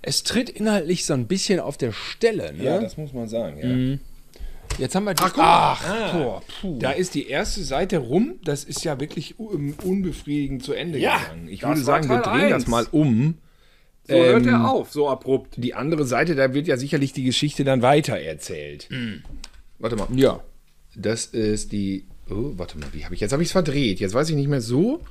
S2: Es tritt inhaltlich so ein bisschen auf der Stelle, ne? Mhm.
S1: Ja, das muss man sagen. Ja.
S2: Jetzt haben wir die. Ach,
S1: Ah,
S2: boah, puh.
S1: Da ist die erste Seite rum. Das ist ja wirklich un- unbefriedigend zu Ende
S2: Ja,
S1: gegangen. Ich
S2: das
S1: würde
S2: war
S1: sagen, wir
S2: Teil
S1: drehen
S2: eins.
S1: das mal um. Ähm,
S2: so hört er auf, so abrupt.
S1: Die andere Seite, da wird ja sicherlich die Geschichte dann weitererzählt. Warte mal.
S2: Mhm. Ja.
S1: Das ist die. Oh, warte mal, wie habe ich. Jetzt habe ich es verdreht. Jetzt weiß ich nicht mehr so.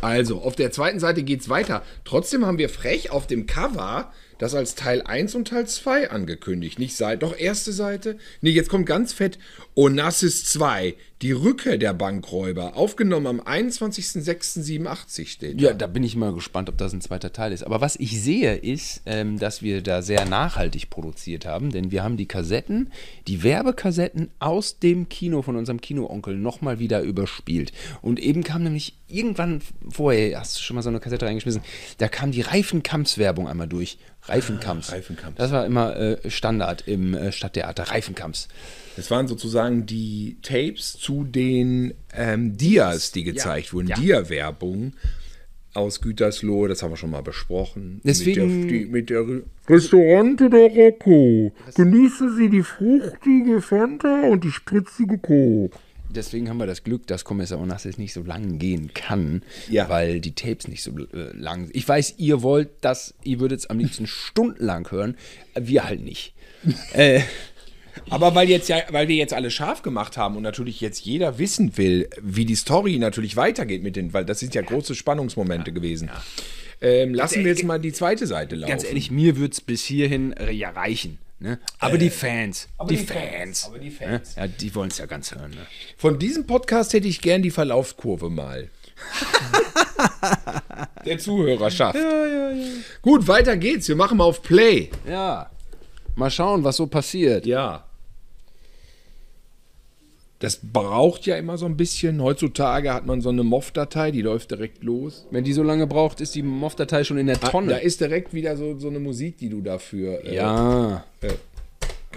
S1: Also, auf der zweiten Seite geht es weiter. Trotzdem haben wir frech auf dem Cover das als Teil 1 und Teil 2 angekündigt. Nicht Seite, doch erste Seite. Nee, jetzt kommt ganz fett Onassis 2, die Rückkehr der Bankräuber, aufgenommen am 21.06.87 steht.
S2: Ja, da bin ich mal gespannt, ob das ein zweiter Teil ist. Aber was ich sehe, ist, ähm, dass wir da sehr nachhaltig produziert haben, denn wir haben die Kassetten, die Werbekassetten aus dem Kino von unserem Kinoonkel nochmal wieder überspielt. Und eben kam nämlich irgendwann vorher, hast du schon mal so eine Kassette reingeschmissen, da kam die Reifenkamps-Werbung einmal durch. Ah, Reifenkamps.
S1: Reifenkamps.
S2: Das war immer äh, Standard im äh, Stadttheater. Reifenkamps.
S1: Das waren sozusagen die Tapes zu den ähm, Dias, die gezeigt wurden.
S2: Ja.
S1: Dia-Werbung aus Gütersloh, das haben wir schon mal besprochen.
S2: Deswegen-
S1: Mit der, die- mit der Re- Restaurante Rocco. Genießen Sie die fruchtige Fanta und die spritzige Coke.
S2: Deswegen haben wir das Glück, dass Kommissar Onassis nicht so lang gehen kann,
S1: Ja.
S2: weil die Tapes nicht so äh, lang sind. Ich weiß, ihr wollt das, ihr würdet es am liebsten stundenlang hören, wir halt nicht. äh,
S1: Aber weil, jetzt ja, weil wir jetzt alle scharf gemacht haben und natürlich jetzt jeder wissen will, wie die Story natürlich weitergeht mit den, weil das sind ja große Spannungsmomente gewesen. Ähm, lassen wir jetzt mal die zweite Seite laufen.
S2: ganz ehrlich, mir würde es bis hierhin äh, ja reichen. Ne? Aber die Fans, die, Fans, ne?
S1: die Fans.
S2: Ja, die wollen es ja ganz hören. Ne?
S1: Von diesem Podcast hätte ich gern die Verlaufskurve mal. Der Zuhörerschaft. Gut, weiter geht's. Wir machen mal auf Play.
S2: Ja, mal schauen, was so passiert.
S1: Ja. Das braucht ja immer so ein bisschen. Heutzutage hat man so eine MOV-Datei, die läuft direkt los.
S2: Wenn die so lange braucht, ist die MOV-Datei schon in der Tonne.
S1: Da ist direkt wieder so, so eine Musik, die du dafür. äh,
S2: ja,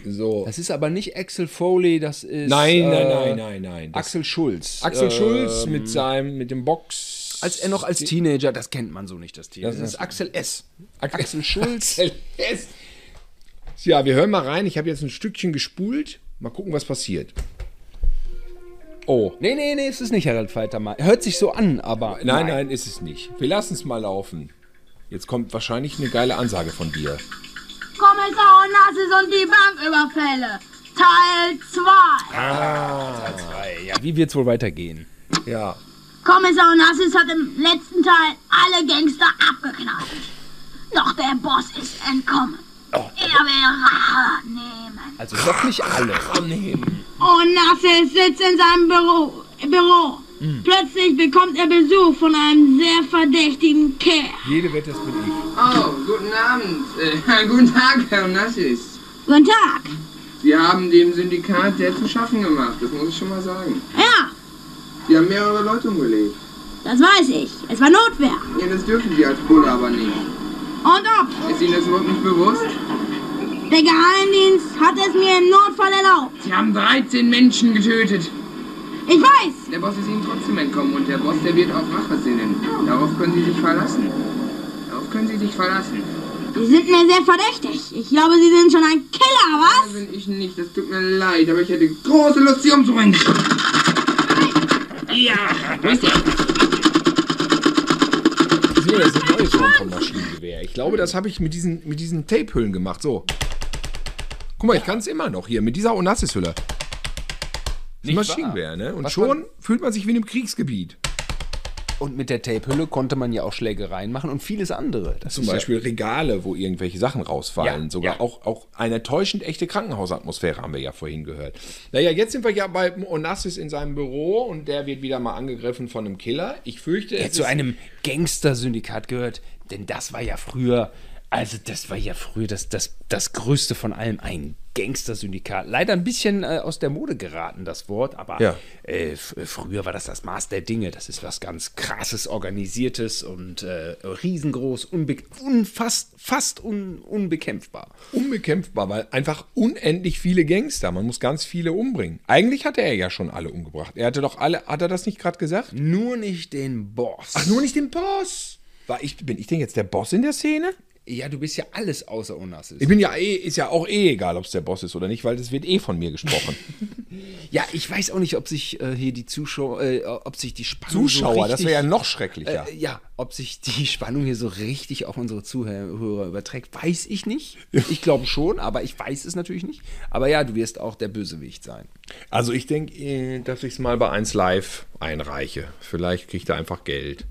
S1: So.
S2: das ist aber nicht Axel Foley, das ist
S1: nein, nein,
S2: äh,
S1: nein, nein, nein. Das- ähm,
S2: Axel Schulz.
S1: Axel
S2: äh,
S1: Schulz mit seinem, mit dem Box.
S2: Als er noch als Teenager, das kennt man so nicht, das Team.
S1: Das ist Axel S.
S2: Axel Schulz.
S1: LS. Ja, wir hören mal rein. Ich habe jetzt ein Stückchen gespult. Mal gucken, was passiert. Oh.
S2: nee, nee, nee, es ist nicht Harald Faltermeier. Hört sich so an, aber.
S1: Nein, nein, ist es nicht. Wir lassen es mal laufen. Jetzt kommt wahrscheinlich eine geile Ansage von dir.
S3: Kommissar Onassis und die Banküberfälle. Teil 2.
S2: Ja, wie wird's wohl weitergehen?
S1: Ja.
S3: Kommissar Onassis hat im letzten Teil alle Gangster abgeknallt. Doch der Boss ist entkommen. Er will Rache nehmen.
S2: Also doch nicht alle.
S3: Onassis sitzt in seinem Büro. Büro. Plötzlich bekommt er Besuch von einem sehr verdächtigen Kerl.
S1: Jede wird das mit ich.
S7: Oh, guten Abend. Äh, guten Tag, Herr Nassis.
S3: Guten Tag.
S7: Sie haben dem Syndikat sehr zu schaffen gemacht, das muss ich schon mal sagen.
S3: Ja,
S7: Sie haben mehrere Leute umgelegt.
S3: das weiß ich. Es war Notwehr.
S7: Ja, das dürfen Sie als Bulle aber nicht.
S3: Und ob.
S7: Ist Ihnen das überhaupt nicht bewusst?
S3: Der Geheimdienst hat es mir im Notfall erlaubt.
S7: Sie haben 13 Menschen getötet.
S3: Ich weiß.
S7: Der Boss ist Ihnen trotzdem entkommen und der Boss, der wird auf Rache sinnen. Darauf können Sie sich verlassen. Darauf können Sie sich verlassen.
S3: Sie sind mir sehr verdächtig. Ich glaube, Sie sind schon ein Killer,
S7: Das
S3: was?
S7: bin ich nicht, das tut mir leid, aber ich hätte große Lust, Sie umzubringen. Ja, wo ist der?
S1: Nee, das ist ein neues Form von Maschinengewehr. Ich glaube, das habe ich mit diesen, mit diesen Tape-Hüllen gemacht. So. Guck mal, ich kann es immer noch hier mit dieser Onassis-Hülle. Ein Maschinengewehr, ne? Und
S2: Was
S1: schon
S2: man-
S1: fühlt man sich wie in einem Kriegsgebiet.
S2: Und mit der Tape-Hülle konnte man ja auch Schlägereien machen und vieles andere. Das
S1: Zum
S2: ist
S1: Beispiel Regale, wo irgendwelche Sachen rausfallen.
S2: Ja,
S1: Sogar
S2: ja.
S1: Auch, auch eine täuschend echte Krankenhausatmosphäre haben wir ja vorhin gehört. Naja, jetzt sind wir ja bei Onassis in seinem Büro und der wird wieder mal angegriffen von einem Killer. Ich fürchte,
S2: Ja,
S1: es
S2: Äh, zu
S1: ist-
S2: einem Gangster-Syndikat gehört, denn das war ja früher, also das war ja früher das, das, das Größte von allem, ein Gangster-Syndikat. Leider ein bisschen äh, aus der Mode geraten, das Wort, aber
S1: Ja.
S2: äh, f- früher war das das Maß der Dinge. Das ist was ganz krasses, organisiertes und äh, riesengroß, unbe unfast, fast un unbekämpfbar.
S1: unbekämpfbar, weil einfach unendlich viele Gangster. Man muss ganz viele umbringen. Eigentlich hatte er ja schon alle umgebracht. Er hatte doch alle, hat er das nicht gerade gesagt?
S2: Nur nicht den Boss.
S1: Ach, nur nicht den Boss. War ich, bin ich denn jetzt der Boss in der Szene?
S2: Ja, du bist ja alles außer Onassis.
S1: Ich bin ja eh, ist ja auch eh egal, ob es der Boss ist oder nicht, weil es wird eh von mir gesprochen.
S2: Ja, ich weiß auch nicht, ob sich äh, hier die Zuschauer, äh, ob sich die Spannung
S1: Zuschauer,
S2: so
S1: das
S2: richtig,
S1: wäre ja noch schrecklicher.
S2: äh, ja, ob sich die Spannung hier so richtig auf unsere Zuhörer überträgt, weiß ich nicht. Ich glaube schon, aber ich weiß es natürlich nicht. Aber ja, du wirst auch der Bösewicht sein.
S1: Also ich denke, dass ich es mal bei 1 Live einreiche. Vielleicht kriegt er einfach Geld.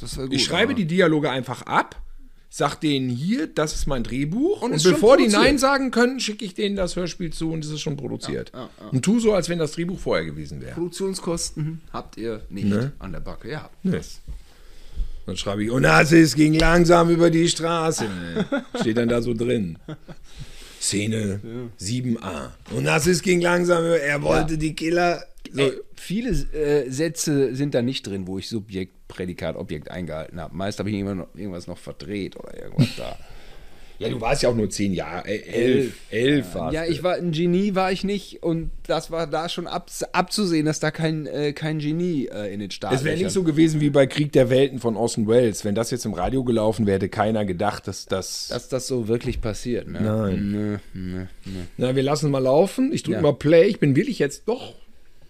S2: Das wäre gut,
S1: ich schreibe
S2: aber-
S1: die Dialoge einfach ab, sag denen hier, das ist mein Drehbuch. Und,
S2: ist schon
S1: bevor die
S2: produziert.
S1: Nein sagen können, schicke ich denen das Hörspiel zu und es ist schon produziert. Und tu so, als wenn das Drehbuch vorher gewesen wäre.
S2: Produktionskosten Mhm. habt ihr nicht
S1: Ne?
S2: an der Backe. Ja.
S1: Nee. Dann schreibe ich, Onassis ging langsam über die Straße. Steht dann da so drin. Szene 7a. Onassis ging langsam über, er wollte die Killer. So,
S2: Ey, viele äh, Sätze sind da nicht drin, wo ich Subjekt, Prädikat, Objekt eingehalten habe. Meist habe ich immer noch, irgendwas noch verdreht oder irgendwas da.
S1: ja, du warst ja auch nur zehn Jahre, äh, elf, elf warst
S2: ja,
S1: du.
S2: ich war ein Genie, war ich nicht. Und das war da schon abs- abzusehen, dass da kein, äh, kein Genie äh, in den Staaten
S1: Es wäre nicht so gewesen wie bei Krieg der Welten von Orson Welles. Wenn das jetzt im Radio gelaufen wäre, hätte keiner gedacht, dass das.
S2: Dass das so wirklich passiert. Ne?
S1: Nein. Na, wir lassen mal laufen. Ich drücke
S2: Ja.
S1: mal Play. Ich bin wirklich jetzt doch.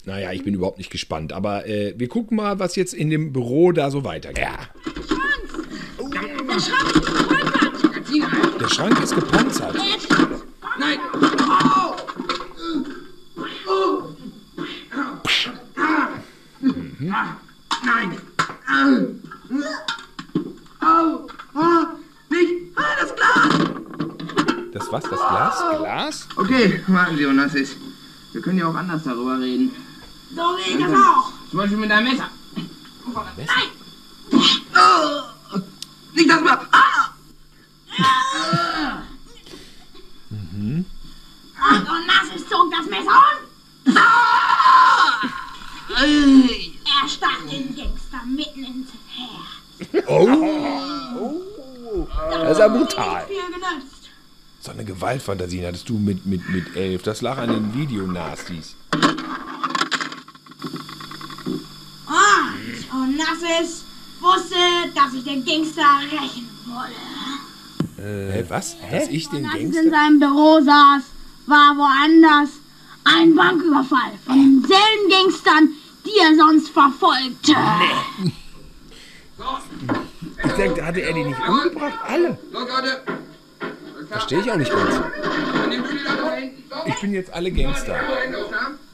S1: Naja, ich bin überhaupt nicht gespannt. Aber äh, wir gucken mal, was jetzt in dem Büro da so weitergeht.
S3: Der Schrank ist gepanzert.
S1: Der Schrank ist gepanzert.
S7: Nein! Au! Oh! Nein! Au! Ah, Nicht! Ah, das Glas!
S1: Das was? Das Glas?
S2: Glas?
S5: Okay, warten Sie, Onassis. Wir können ja auch anders darüber reden.
S3: So will ich das auch.
S5: Zum Beispiel mit einem Messer.
S7: Nicht das mal! Ah!
S3: Und Onassis zog das Messer an. Er stach den Gangster mitten ins Herz.
S2: Oh. Das ist ja brutal.
S3: Viel genutzt.
S1: So eine Gewaltfantasie hattest du mit, mit, mit elf. Das lag an den Videonastis.
S3: Ah, Und Onassis wusste, dass ich den Gangster rächen wolle.
S1: Äh. Hä, was? Dass ich den
S3: Als
S1: Gangster.
S3: in seinem Büro saß, war woanders ein Banküberfall von denselben Gangstern, die er sonst verfolgte.
S1: Ich denke, hatte er die nicht umgebracht? Alle.
S5: Los, Leute!
S2: Verstehe ich auch nicht ganz.
S5: An dem Schild alle da hinten. Los!
S1: Ich bin jetzt alle Gangster.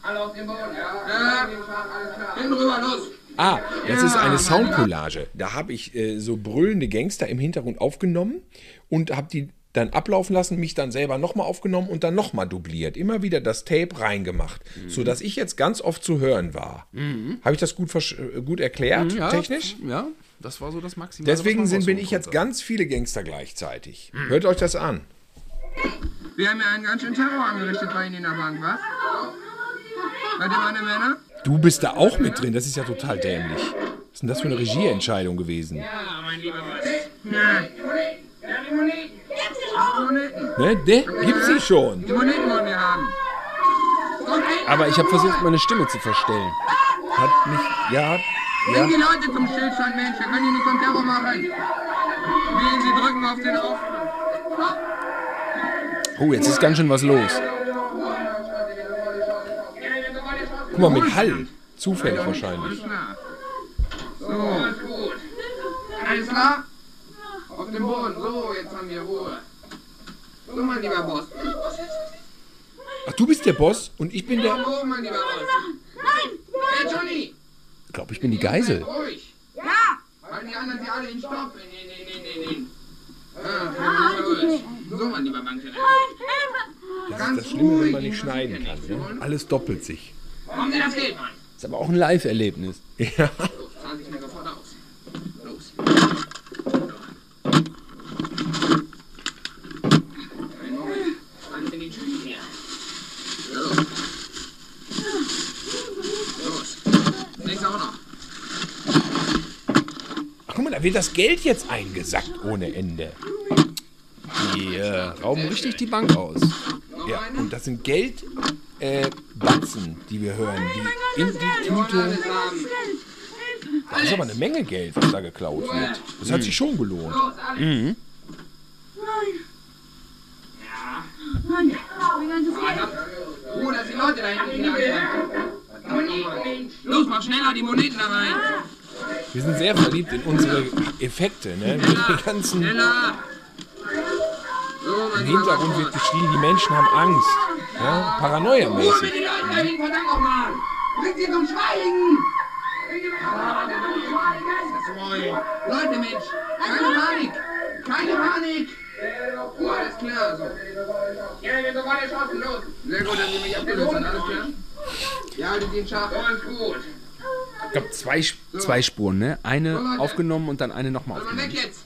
S5: Alle auf den Boden. Ja, alles klar. Hin rüber, los!
S1: Ah, das ist eine Soundcollage. Da habe ich äh, so brüllende Gangster im Hintergrund aufgenommen und habe die dann ablaufen lassen, mich dann selber nochmal aufgenommen und dann nochmal dubliert. Immer wieder das Tape reingemacht, sodass ich jetzt ganz oft zu hören war. Habe ich das gut, versch- äh, gut erklärt, technisch?
S2: Mhm, Ja, Also, das war so das Maximum.
S1: Deswegen sind, bin ich jetzt ganz viele Gangster gleichzeitig. Hört euch das an.
S5: Wir haben ja einen ganz schönen Terror angerichtet bei Ihnen in der Bank, was? Seid ihr meine Männer?
S1: Du bist da auch mit drin, das ist ja total dämlich. Was ist denn das für eine Regieentscheidung gewesen?
S5: Nein. Moneten.
S1: Ne? De? Gibt's die schon?
S5: Die Moneten wollen wir haben.
S2: Aber ich habe versucht, meine Stimme zu verstellen.
S1: Hat mich. Ja.
S5: Bring die Leute zum Stillstand, Mensch. Wir können hier nicht so einen Terror machen. Wie Sie drücken auf den Aufruf.
S2: Oh, jetzt ist ganz schön was los.
S1: Guck mal, mit Hall. Zufällig wahrscheinlich.
S5: Na. So. Alles klar? Auf den Boden. So, jetzt haben wir Ruhe. So, mein lieber Boss.
S1: Ach, du bist der Boss und ich bin der.
S5: So, mein lieber Boss.
S3: Nein,
S5: Hey, Johnny.
S2: Ich glaube, ich bin die Geisel.
S5: Ruhig.
S3: ja,
S5: Halten die anderen sie alle in Stopp. In, in, in, in, in, in. Ah, ruhig. so, mein lieber Bankdirektor.
S1: Das ist das Schlimme, wenn man nicht schneiden kann. Ne? Alles doppelt sich.
S5: Komm, dir das Geld, Mann.
S2: Ist aber auch ein Live-Erlebnis.
S1: Ja.
S5: Los, zahlen Sie schnell sofort aus. Los. Einen Moment. Schreiben Sie die Tüte hier. Los. Los. Nächster auch noch.
S1: Ach, guck mal, da wird das Geld jetzt eingesackt ohne Ende.
S2: Die äh, rauben richtig die Bank aus.
S1: Ja. Und das sind Geld. Äh, Batzen, die wir hören, die in die Tüte.
S5: Alles haben.
S1: Das ist aber eine Menge Geld, was da geklaut wird. Das hat sich schon gelohnt.
S5: Los, alles. Ruhe, dass die Leute da hinten wieder anfangen. Los, mach schneller die Moneten da rein.
S1: Wir sind sehr verliebt in unsere Effekte, ne? Die ganzen im
S5: Schneller. So, mein lieber
S1: Hintergrund
S5: Bankdirektor.
S1: wird geschrien, die Menschen haben Angst. Ja?
S5: Ruhe mit
S1: Paranoia-mäßig.
S5: den Leuten dahin, verdammt nochmal! Bringt sie zum Schweigen! Leute, Mensch, keine Panik!
S7: Keine Panik!
S5: Alles klar, so. Ja, wir sind beide schaffen, los. Sehr gut, dass Sie mich abgelöst haben, alles klar?
S7: Ja, haltet ihn scharf.
S5: Alles gut.
S2: Ich glaube, zwei, Sp- zwei Spuren, ne? Eine aufgenommen und dann eine nochmal
S7: Aber
S2: aufgenommen.
S7: weg jetzt!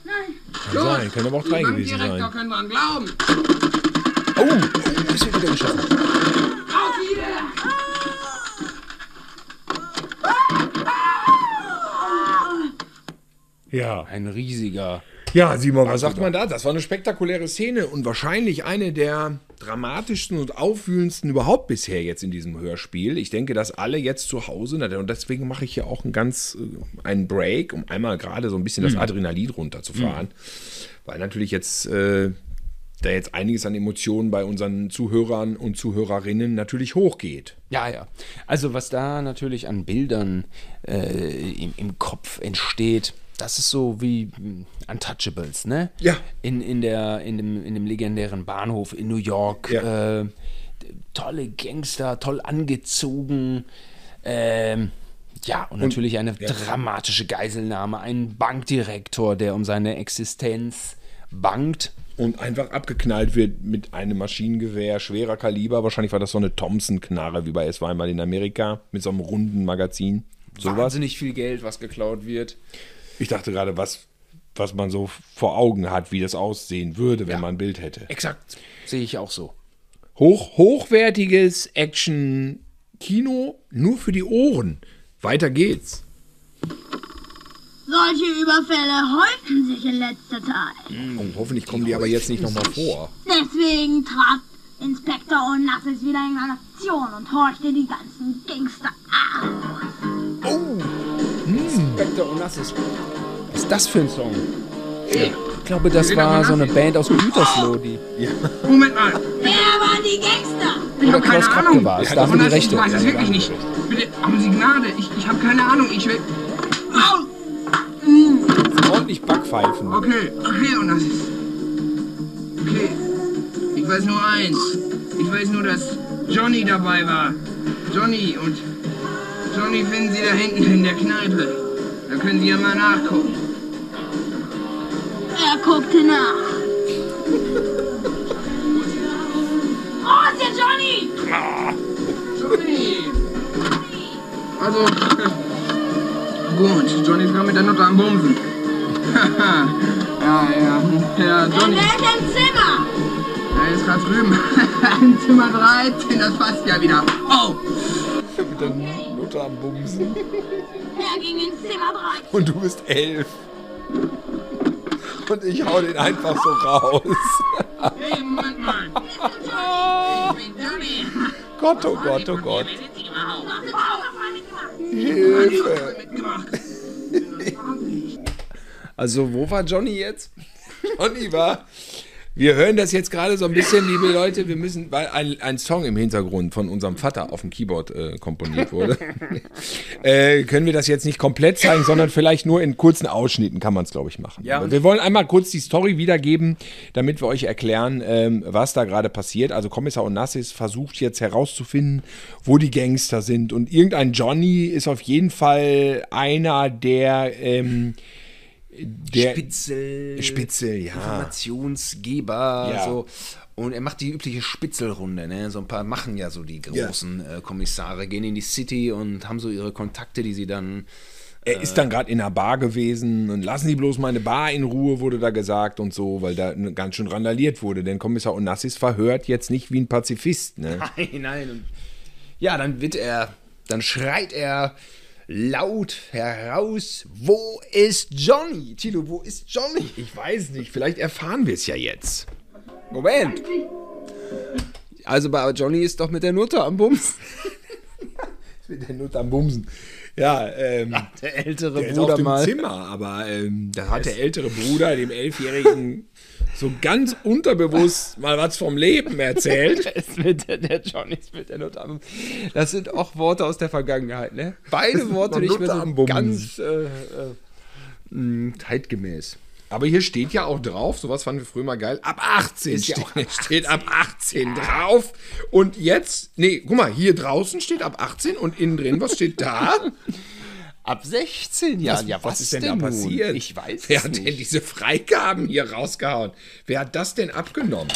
S1: Kann sein, können aber auch drei gewesen
S7: Bankdirektor
S1: sein.
S7: können dran glauben!
S2: Oh, das wird wieder geschossen.
S7: Auf wieder!
S1: Ja.
S2: Ein riesiger.
S1: Ja, Simon, was sagt man da? Das war eine spektakuläre Szene und wahrscheinlich eine der dramatischsten und aufwühlendsten überhaupt bisher jetzt in diesem Hörspiel. Ich denke, dass alle jetzt zu Hause, na, und deswegen mache ich hier auch einen ganz äh, einen Break, um einmal gerade so ein bisschen das Adrenalin runterzufahren, weil natürlich jetzt äh, da jetzt einiges an Emotionen bei unseren Zuhörern und Zuhörerinnen natürlich hochgeht.
S2: Ja, ja. Also was da natürlich an Bildern äh, im, im Kopf entsteht, das ist so wie mh, Untouchables, ne?
S1: Ja.
S2: In, in, der, in, dem, in dem legendären Bahnhof in New York.
S1: Ja.
S2: Äh, tolle Gangster, toll angezogen. Ähm, ja, und natürlich eine dramatische Geiselnahme. Ein Bankdirektor, der um seine Existenz bangt.
S1: und einfach abgeknallt wird mit einem Maschinengewehr schwerer Kaliber. Wahrscheinlich war das so eine Thompson-Knarre, wie bei Es war einmal in Amerika, mit so einem runden Magazin. Sowas.
S2: Wahnsinnig viel Geld, was geklaut wird.
S1: Ich dachte gerade, was, was man so vor Augen hat, wie das aussehen würde, wenn man ein Bild hätte.
S2: Exakt. Sehe ich auch so.
S1: Hoch, hochwertiges Action-Kino, nur für die Ohren. Weiter geht's.
S3: Solche Überfälle häufen sich in letzter Zeit.
S1: Oh, hoffentlich kommen die aber jetzt nicht nochmal vor.
S3: Deswegen trat Inspektor und nachts wieder in Aktion und horchte die ganzen Gangster an.
S2: Spectre Onassis. Was ist das für ein Song? Ich glaube, das war so eine Band aus Gütersloh, die
S5: Moment mal.
S3: Wer waren die Gangster?
S5: Ich
S2: über
S5: habe keine
S2: Klaus Kappe
S5: Ahnung.
S2: war. Es
S5: Ja,
S2: darf die
S5: Jonas,
S2: Rechte.
S5: Ich weiß das ne? wirklich nicht. Bitte haben Sie Gnade. Ich, ich habe keine Ahnung. Ich will. Ah! Au!
S1: Ordentlich Backpfeifen.
S5: Okay, okay, und das ist. Okay. Ich weiß nur eins. Ich weiß nur, dass Johnny dabei war. Johnny und. Johnny finden Sie da hinten in der Kneipe. Da können Sie ja mal nachgucken.
S3: Er guckte nach. Oh, ist der Johnny!
S5: Johnny! Also. Gut, Johnny ist gerade mit der Nutte am Bumsen. Haha. ja, ja. Ja,
S3: Er
S5: Johnny.
S3: wählt ein Zimmer!
S5: Er ist gerade drüben. Im Zimmer 13, das passt ja wieder. Oh!
S1: Mit der Mutter am Bumsen.
S3: Er ging ins Zimmer 3.
S1: Und du bist elf. Und ich hau den einfach so raus.
S5: Hey, Moment mal. Ich bin Johnny.
S1: Gott, oh Gott, oh Gott.
S5: Wer sind Sie überhaupt?
S1: Hilfe.
S5: Mitgemacht.
S2: Also, wo war Johnny jetzt?
S1: Oliver. Wir hören das jetzt gerade so ein bisschen, liebe Leute. Wir müssen, weil ein, ein Song im Hintergrund von unserem Vater auf dem Keyboard äh, komponiert wurde, äh, können wir das jetzt nicht komplett zeigen, sondern vielleicht nur in kurzen Ausschnitten kann man es, glaube ich, machen.
S2: Ja,
S1: Aber
S2: und-
S1: wir wollen einmal kurz die Story wiedergeben, damit wir euch erklären, ähm, was da gerade passiert. Also Kommissar Onassis versucht jetzt herauszufinden, wo die Gangster sind. Und irgendein Johnny ist auf jeden Fall einer, der... Ähm, der Äh,
S2: Spitzel.
S1: Spitzel, ja.
S2: Informationsgeber.
S1: Ja.
S2: So. Und er macht die übliche Spitzelrunde. Ne? So ein paar machen ja so die großen äh, Kommissare, gehen in die City und haben so ihre Kontakte, die sie dann.
S1: Er ist dann gerade in einer Bar gewesen und lassen Sie bloß meine Bar in Ruhe, wurde da gesagt und so, weil da ganz schön randaliert wurde. Denn Kommissar Onassis verhört jetzt nicht wie ein Pazifist. Ne?
S2: Nein, nein. Und ja, dann wird er, dann schreit er laut heraus: Wo ist Johnny? Tilo, wo ist Johnny?
S1: Ich weiß nicht, vielleicht erfahren wir es ja jetzt.
S2: Moment. Also bei Johnny ist doch mit der Nutte am Bums.
S1: Mit der Nut am Bumsen. Ja, ähm,
S2: Der ältere
S1: der ist auf
S2: Bruder
S1: dem
S2: mal.
S1: Zimmer, aber ähm, da hat der ältere Bruder dem Elfjährigen so ganz unterbewusst mal was vom Leben erzählt.
S2: Der ist mit der, der Johnny ist mit der Nutte am Bums. Das sind auch Worte aus der Vergangenheit, ne? Beide Worte nicht mehr
S1: Nutte
S2: so
S1: am Bums.
S2: ganz äh, äh, mh, zeitgemäß.
S1: Aber hier steht ja auch drauf, sowas fanden wir früher mal geil, ab 18
S2: Ist ja
S1: steht,
S2: auch ab
S1: steht ab 18 drauf. Und jetzt, nee, guck mal, hier draußen steht ab 18 und innen drin, was steht da?
S8: Ab 16 Jahren. ja, was,
S1: ist denn, da
S8: nun?
S1: passiert?
S8: Ich weiß
S1: Wer
S8: es
S1: hat
S8: nicht.
S1: denn diese Freigaben hier rausgehauen? Wer hat das denn abgenommen?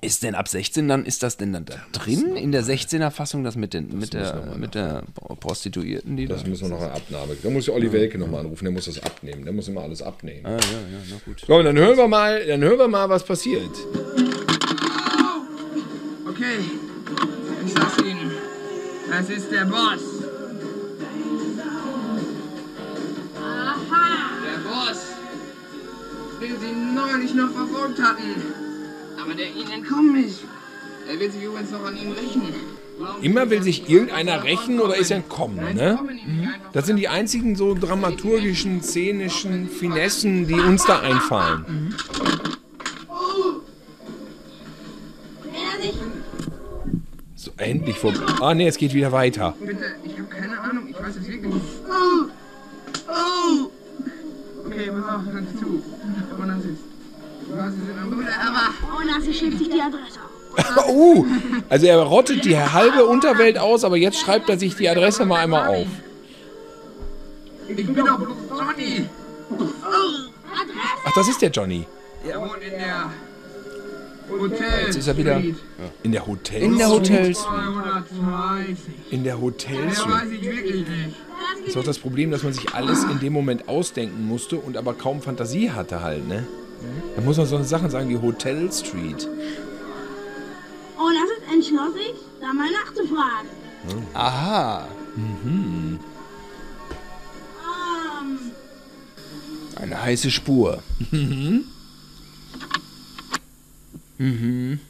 S8: Ist denn ab 16 dann, ist das denn dann da drin in der 16er Fassung, das mit, den, mit, der, mit der Prostituierten, die
S1: Das
S8: da.
S1: müssen wir noch eine Abnahme. Da muss ich Olli Welke nochmal anrufen, der muss das abnehmen. Der muss immer alles abnehmen. Ah, ja, ja, na gut. So, und dann hören wir mal, dann hören wir mal, was passiert.
S5: Okay, ich sag's Ihnen. Das ist der Boss. Der Boss, den Sie neulich noch verfolgt hatten. Aber der Ihnen entkommen ist. Er wird sich übrigens noch an Ihnen rächen. Warum-
S1: Immer will sich irgendeiner rächen oder ist entkommen, ne? Das sind die einzigen so dramaturgischen, szenischen Finessen, die uns da einfallen.
S3: Wenn er sich
S1: So, endlich vorbei. Ah, nee, es geht wieder weiter.
S5: Bitte, ich habe keine Ahnung, ich weiß es wirklich nicht. Oh! Oh! Okay, pass auf, hör uns zu. Und dann sitzt. Du hast es in einem Bruder, aber.
S3: und das Oh, schickt sich die Adresse.
S1: Uh, also er rottet die halbe Unterwelt aus, aber jetzt schreibt er sich die Adresse mal einmal auf.
S5: Ich bin doch bloß Johnny!
S3: Adresse?
S1: Ach, das ist der Johnny.
S5: Er wohnt in der. Hotel.
S1: Jetzt ist er wieder
S5: Street.
S1: in der Hotel.
S8: In der Hotels.
S5: 230.
S1: In der
S5: Mehr
S1: Hotelsuite.
S5: weiß ich wirklich nicht.
S1: Das war das Problem, dass man sich alles in dem Moment ausdenken musste und aber kaum Fantasie hatte halt, ne? Da muss man so eine Sachen sagen wie Hotel Street.
S3: Und Oh, das ist entschlossen, da mal nachzufragen.
S8: Aha.
S3: Ähm,
S8: Eine heiße Spur. Mhm. Mhm.
S1: Mhm.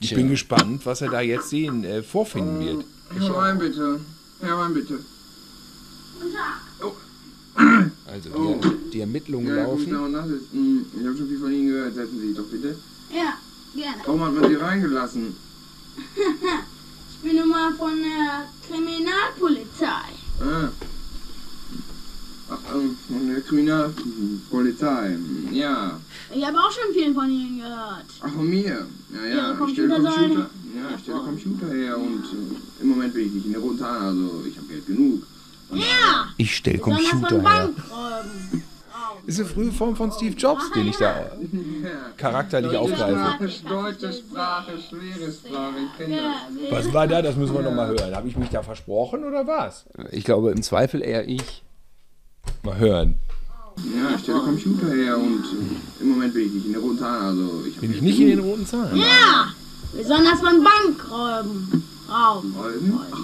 S1: Ich bin gespannt, was er da jetzt sehen, äh, vorfinden wird.
S5: Herr Wein, bitte. Herr Wein, bitte.
S2: Also
S5: Oh.
S2: die, die Ermittlungen
S5: Ja, gut,
S2: laufen.
S5: genau, das ist. Hm, Ich habe schon viel von Ihnen gehört. Setzen Sie sich doch bitte.
S3: ja, gerne.
S5: Warum hat man Sie reingelassen?
S3: Ich bin nun mal von der Kriminalpolizei.
S5: Ah. Ach, ähm, von der Kriminalpolizei. Ja.
S3: Ich habe auch schon viel von Ihnen gehört.
S5: Ach, von mir. Ja,
S3: Ihre
S5: ja. Ich stelle
S3: Computer sollen-
S5: Computer. Ja, ich stelle Computer her und äh, im Moment bin ich nicht in der Runtan, also ich habe Geld genug.
S3: Ja,
S8: Ich stell
S3: besonders
S8: Computer
S3: von
S8: her.
S3: Bankräuben.
S1: Ist eine frühe Form von Steve Jobs, den ich da charakterlich aufgreife.
S5: Deutsche Sprache, schwere Sprache, ich kenne
S3: Ja, wir-
S1: Was war da? Das müssen wir nochmal hören. Habe ich mich da versprochen oder was?
S2: Ich glaube im Zweifel eher ich.
S1: Mal hören.
S5: Ja, ich stelle Computer her und äh, im Moment bin ich nicht in der Runtan, also ich habe
S1: Bin ich nicht in den roten Zahlen?
S3: ja, besonders von Bankräuben. Raum.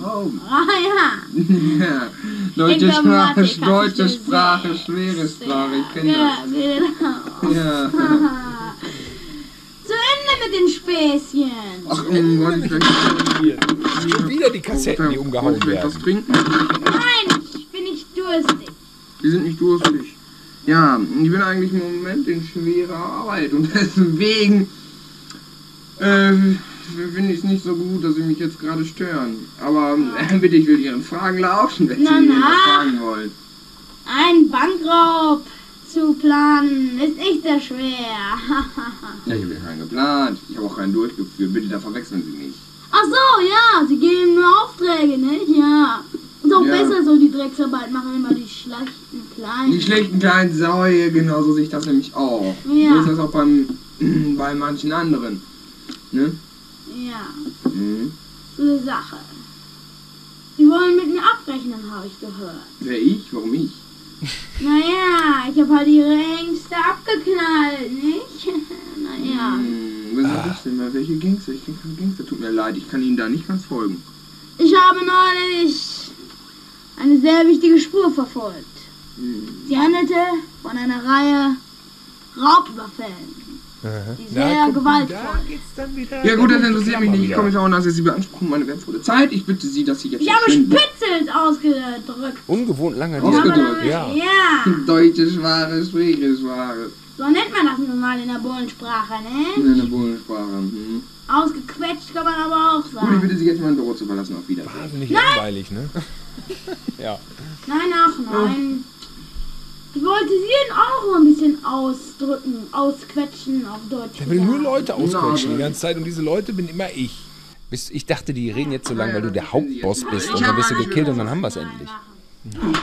S5: Raum.
S3: Ah ja,
S5: Ja. Deutsche Sprache,
S3: Informatik
S5: deutsche
S3: hast du
S5: Sprache, schwere Sprache, ich kenne
S3: ja, genau.
S5: das. Ja.
S3: Zu Ende mit den Späßchen.
S5: Ach, um, wollte ich gleich
S1: Schon wieder die Kassetten, die umgehauen
S5: Wollt ihr etwas
S1: werden.
S5: trinken?
S3: Nein, ich bin nicht durstig.
S5: Die sind nicht durstig. Ja, ich bin eigentlich im Moment in schwerer Arbeit und deswegen äh, finde ich es nicht so gut, dass sie mich jetzt gerade stören. Aber äh, bitte, ich will Ihren Fragen lauschen, wenn
S3: Na,
S5: Sie mir
S3: na.
S5: was fragen wollen.
S3: Ein Bankraub zu planen ist nicht sehr schwer.
S5: Ja, ich habe ja keinen geplant. Ich habe auch keinen durchgeführt. Bitte, da verwechseln Sie mich.
S3: Ach so, ja, sie geben nur Aufträge, nicht? Ja. Ist auch
S5: Ja.
S3: besser so, die Drecksarbeit machen immer die schlechten
S5: Die
S3: Kleinen.
S5: schlechten kleinen Säue, genau so sehe ich das nämlich auch.
S3: Ja.
S5: So ist das auch beim, bei manchen anderen. Ne?
S3: Ja,
S5: Mhm.
S3: so eine Sache. Sie wollen mit mir abrechnen, habe ich gehört.
S5: Wer ich? Warum ich?
S3: Naja, ich habe halt ihre Ängste abgeknallt, nicht? Naja.
S5: Hm, was ah. das denn? Weil Welche Gangster? Ich kenne keine Gangster. Tut mir leid, ich kann Ihnen da nicht ganz folgen.
S3: Ich habe neulich eine sehr wichtige Spur verfolgt. Sie handelte von einer Reihe Raubüberfällen, die sehr gewaltvoll.
S5: Ja gut,
S9: Äh,
S5: das interessiert mich nicht. Ich komme jetzt auch nach, dass Sie beanspruchen meine wertvolle Zeit. Ich bitte Sie, dass Sie jetzt
S3: Ich habe
S5: verschwinden.
S3: Spitzels ausgedrückt.
S2: Ungewohnt lange
S3: Aber
S5: Ausgedrückt.
S2: die
S1: ja.
S3: dann, ja,
S5: Deutsche Schware, schwere Schware.
S3: so nennt man das nun mal in der Bullensprache, ne?
S5: In der Bullensprache. Mhm.
S3: Ausgequetscht kann man aber auch
S5: Gut, ich bitte
S3: sagen.
S5: Sie jetzt mein Büro zu verlassen. Auf Wiedersehen.
S1: Wahnsinnig langweilig, ne?
S3: Nein, ach nein. Ich wollte sie Ihnen auch mal ein bisschen ausdrücken, ausquetschen auf Deutsch.
S1: Der will nur
S3: gesagt.
S1: Leute ausquetschen die ganze Zeit und diese Leute bin immer ich.
S2: Bist, ich dachte, die reden jetzt so lange, weil du der Hauptboss bist und dann bist du gekillt und dann haben wir es endlich.
S3: Machen.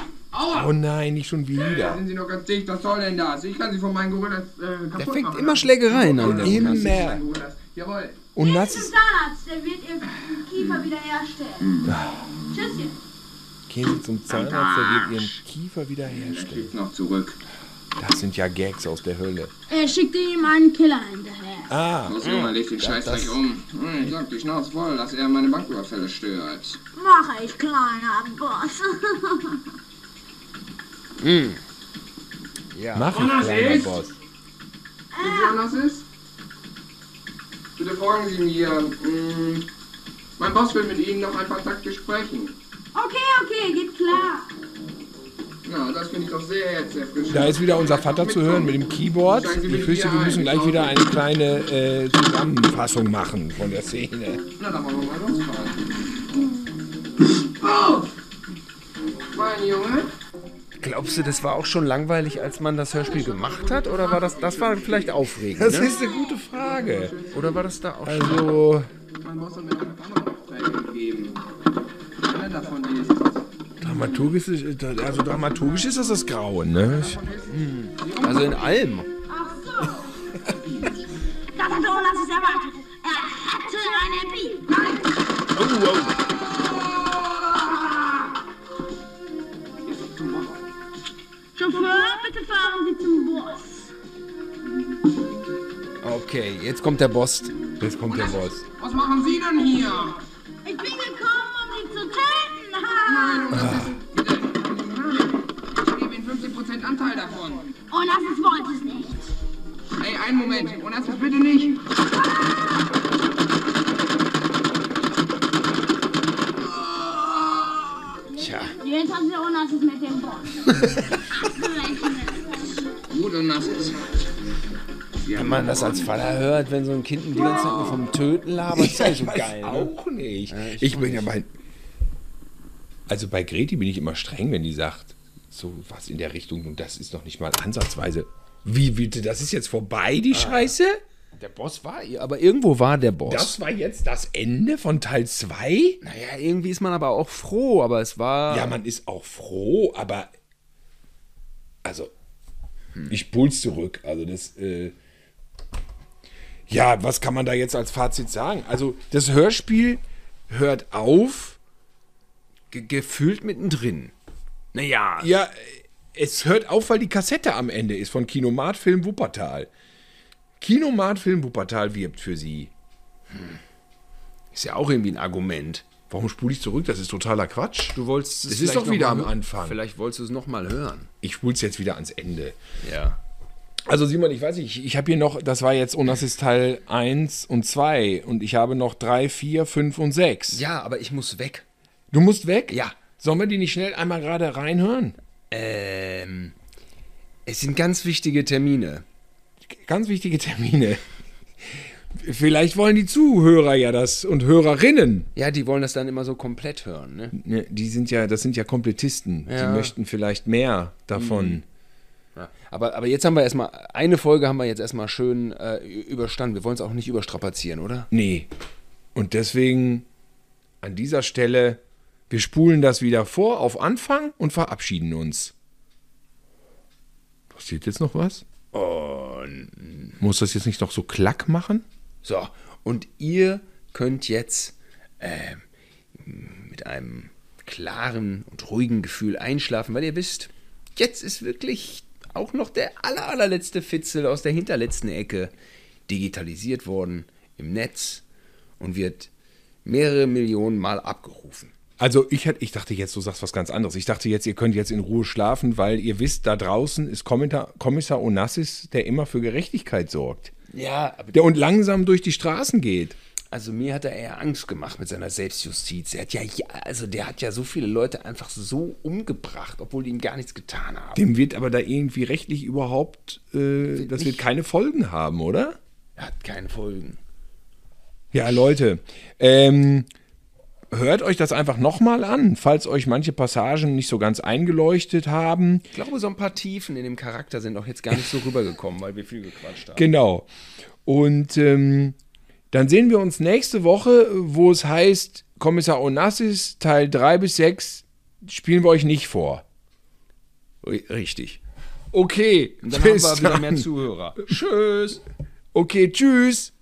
S1: Oh nein, nicht schon
S5: Da
S1: wieder.
S5: sind sie noch ganz dicht, was soll denn das? Ich kann sie von meinen Gorillas äh, kaputt
S9: Der fängt
S5: machen.
S9: immer Schlägereien an.
S1: Immer.
S5: Meine Gorillas. Jawohl.
S1: Und
S3: Jetzt zum
S1: Nazis
S3: Zahnarzt, der wird ihr Kiefer wiederherstellen. Tschüsschen.
S1: gehen sie zum Zahnarzt, der wird ihren Kiefer wiederherstellen.
S5: Steht noch zurück.
S1: Das sind ja Gags aus der Hölle.
S3: Er schickte ihm einen Killer hinterher.
S1: Ah,
S5: Los, Junge, leg den Scheiß gleich um. Hm, Ich sag die Schnauze voll, dass er meine Banküberfälle stört.
S3: Ah. Mache ich, kleiner Boss.
S1: mach ich, kleiner Boss.
S5: Und Jonas ist? Bitte folgen Sie mir. Hm, Mein Boss will mit Ihnen noch ein paar Takte sprechen.
S3: Okay, okay, geht klar.
S5: Na, das finde ich doch sehr herzerfrischend.
S1: Da ist wieder unser Vater zu hören mit dem Keyboard.
S5: Steigen Sie mit
S1: Ich fürchte,
S5: mir
S1: wir
S5: ein.
S1: müssen gleich wieder eine kleine äh, Zusammenfassung machen von der Szene.
S5: Na, dann wollen wir mal losfahren. Oh! Mein Junge,
S2: Glaubst du, das war auch schon langweilig, als man das Hörspiel gemacht hat? Oder war das, das war vielleicht aufregend?
S1: Das ist eine gute Frage.
S2: Oder war das da auch schon?
S1: Also,
S5: mein Boss hat mir noch eine andere Aufzeichnung gegeben. Einer davon ist.
S1: dramaturgisch ist, also dramaturgisch ist das das Grauen, ne?
S2: Also in allem.
S3: Ach so. Das hat Roland es erwartet. Er hatte eine Bi. Nein. Chauffeur, bitte fahren Sie zum Boss.
S2: Okay, jetzt kommt der Boss.
S1: Jetzt kommt der Boss.
S5: Was machen Sie denn hier?
S3: Ich bin gekommen, um Sie zu töten. Ha!
S5: Bitte. Ich gebe Ihnen 50% Anteil davon.
S3: Und das ist wollte Oh, es nicht.
S5: Ey, einen Moment. Und das ist bitte nicht.
S3: Jetzt hat der Jonas es mit dem Boss.
S5: Gut, und das ist.
S2: Wenn man das als Faller hört, wenn so ein Kind die ganze Zeit nur vom Töten labert, ist ja so
S1: weiß
S2: geil. Ne?
S1: auch nicht. ich bin ja bei. Also bei Greti bin ich immer streng, wenn die sagt, so was in der Richtung, und das ist noch nicht mal ansatzweise. Wie bitte, das ist jetzt vorbei,
S2: Ah.
S1: die Scheiße?
S2: Der Boss war ihr, aber irgendwo war der Boss.
S1: Das war jetzt das Ende von Teil 2?
S2: Naja, irgendwie ist man aber auch froh, aber es war.
S1: Ja, man ist auch froh, aber. Also.
S2: Hm.
S1: Ich puls zurück. Also, das. Äh, ja, was kann man da jetzt als Fazit sagen? Also, das Hörspiel hört auf.
S2: ge gefühlt mittendrin. Naja,
S1: Ja, es hört auf, weil die Kassette am Ende ist von Kinomat Film Wuppertal. Kinomat Film Wuppertal wirbt für sie.
S2: ist ja auch irgendwie ein Argument.
S1: Warum spule ich zurück? Das ist totaler Quatsch.
S2: Du wolltest es
S1: Es ist
S2: vielleicht
S1: doch wieder
S2: noch
S1: am
S2: mal hö-
S1: Anfang.
S2: Vielleicht wolltest du es nochmal hören.
S1: Ich spule es jetzt wieder ans Ende.
S2: Ja.
S1: Also Simon, ich weiß nicht, ich, ich habe hier noch, das war jetzt Onassis Teil 1 und 2 und ich habe noch 3, 4, 5 und 6.
S2: Ja, aber ich muss weg.
S1: Du musst weg?
S2: Ja.
S1: Sollen wir die nicht schnell einmal gerade reinhören?
S2: Ähm, es sind ganz wichtige Termine.
S1: Ganz wichtige Termine. Vielleicht wollen die Zuhörer ja das und Hörerinnen
S2: Ja, die wollen das dann immer so komplett hören, ne?
S1: Ne, die sind ja, das sind ja Komplettisten.
S2: Ja.
S1: Die möchten vielleicht mehr davon.
S2: Ja. Aber, aber jetzt haben wir erstmal, eine Folge haben wir jetzt erstmal schön äh, ü- überstanden. Wir wollen es auch nicht überstrapazieren, oder?
S1: Nee. Und deswegen an dieser Stelle, wir spulen das wieder vor auf Anfang und verabschieden uns. Passiert jetzt noch was? Muss das jetzt nicht noch so klack machen?
S2: So, und ihr könnt jetzt ähm, mit einem klaren und ruhigen Gefühl einschlafen, weil ihr wisst, jetzt ist wirklich auch noch der aller, allerletzte Fitzel aus der hinterletzten Ecke digitalisiert worden im Netz und wird mehrere Millionen Mal abgerufen.
S1: Also ich, hätt- ich dachte jetzt, du sagst was ganz anderes. Ich dachte jetzt, ihr könnt jetzt in Ruhe schlafen, weil ihr wisst, da draußen ist Kommissar, Kommissar Onassis, der immer für Gerechtigkeit sorgt.
S2: Ja, aber
S1: Der und langsam durch die Straßen geht.
S2: Also mir hat er eher Angst gemacht mit seiner Selbstjustiz. Er hat ja, ja, also der hat ja so viele Leute einfach so umgebracht, obwohl die ihm gar nichts getan haben.
S1: Dem wird aber da irgendwie rechtlich überhaupt, äh, das wird keine Folgen haben, oder?
S2: Er hat keine Folgen.
S1: Ja, Leute, ähm, hört euch das einfach nochmal an, falls euch manche Passagen nicht so ganz eingeleuchtet haben.
S2: Ich glaube, so ein paar Tiefen in dem Charakter sind auch jetzt gar nicht so rübergekommen, weil wir viel gequatscht haben.
S1: Genau. Und ähm, dann sehen wir uns nächste Woche, wo es heißt Kommissar Onassis Teil 3 bis 6 spielen wir euch nicht vor.
S2: Richtig.
S1: Okay,
S2: Dann haben
S1: bis
S2: wir wieder mehr
S1: dann.
S2: Zuhörer.
S1: Tschüss. Okay, tschüss.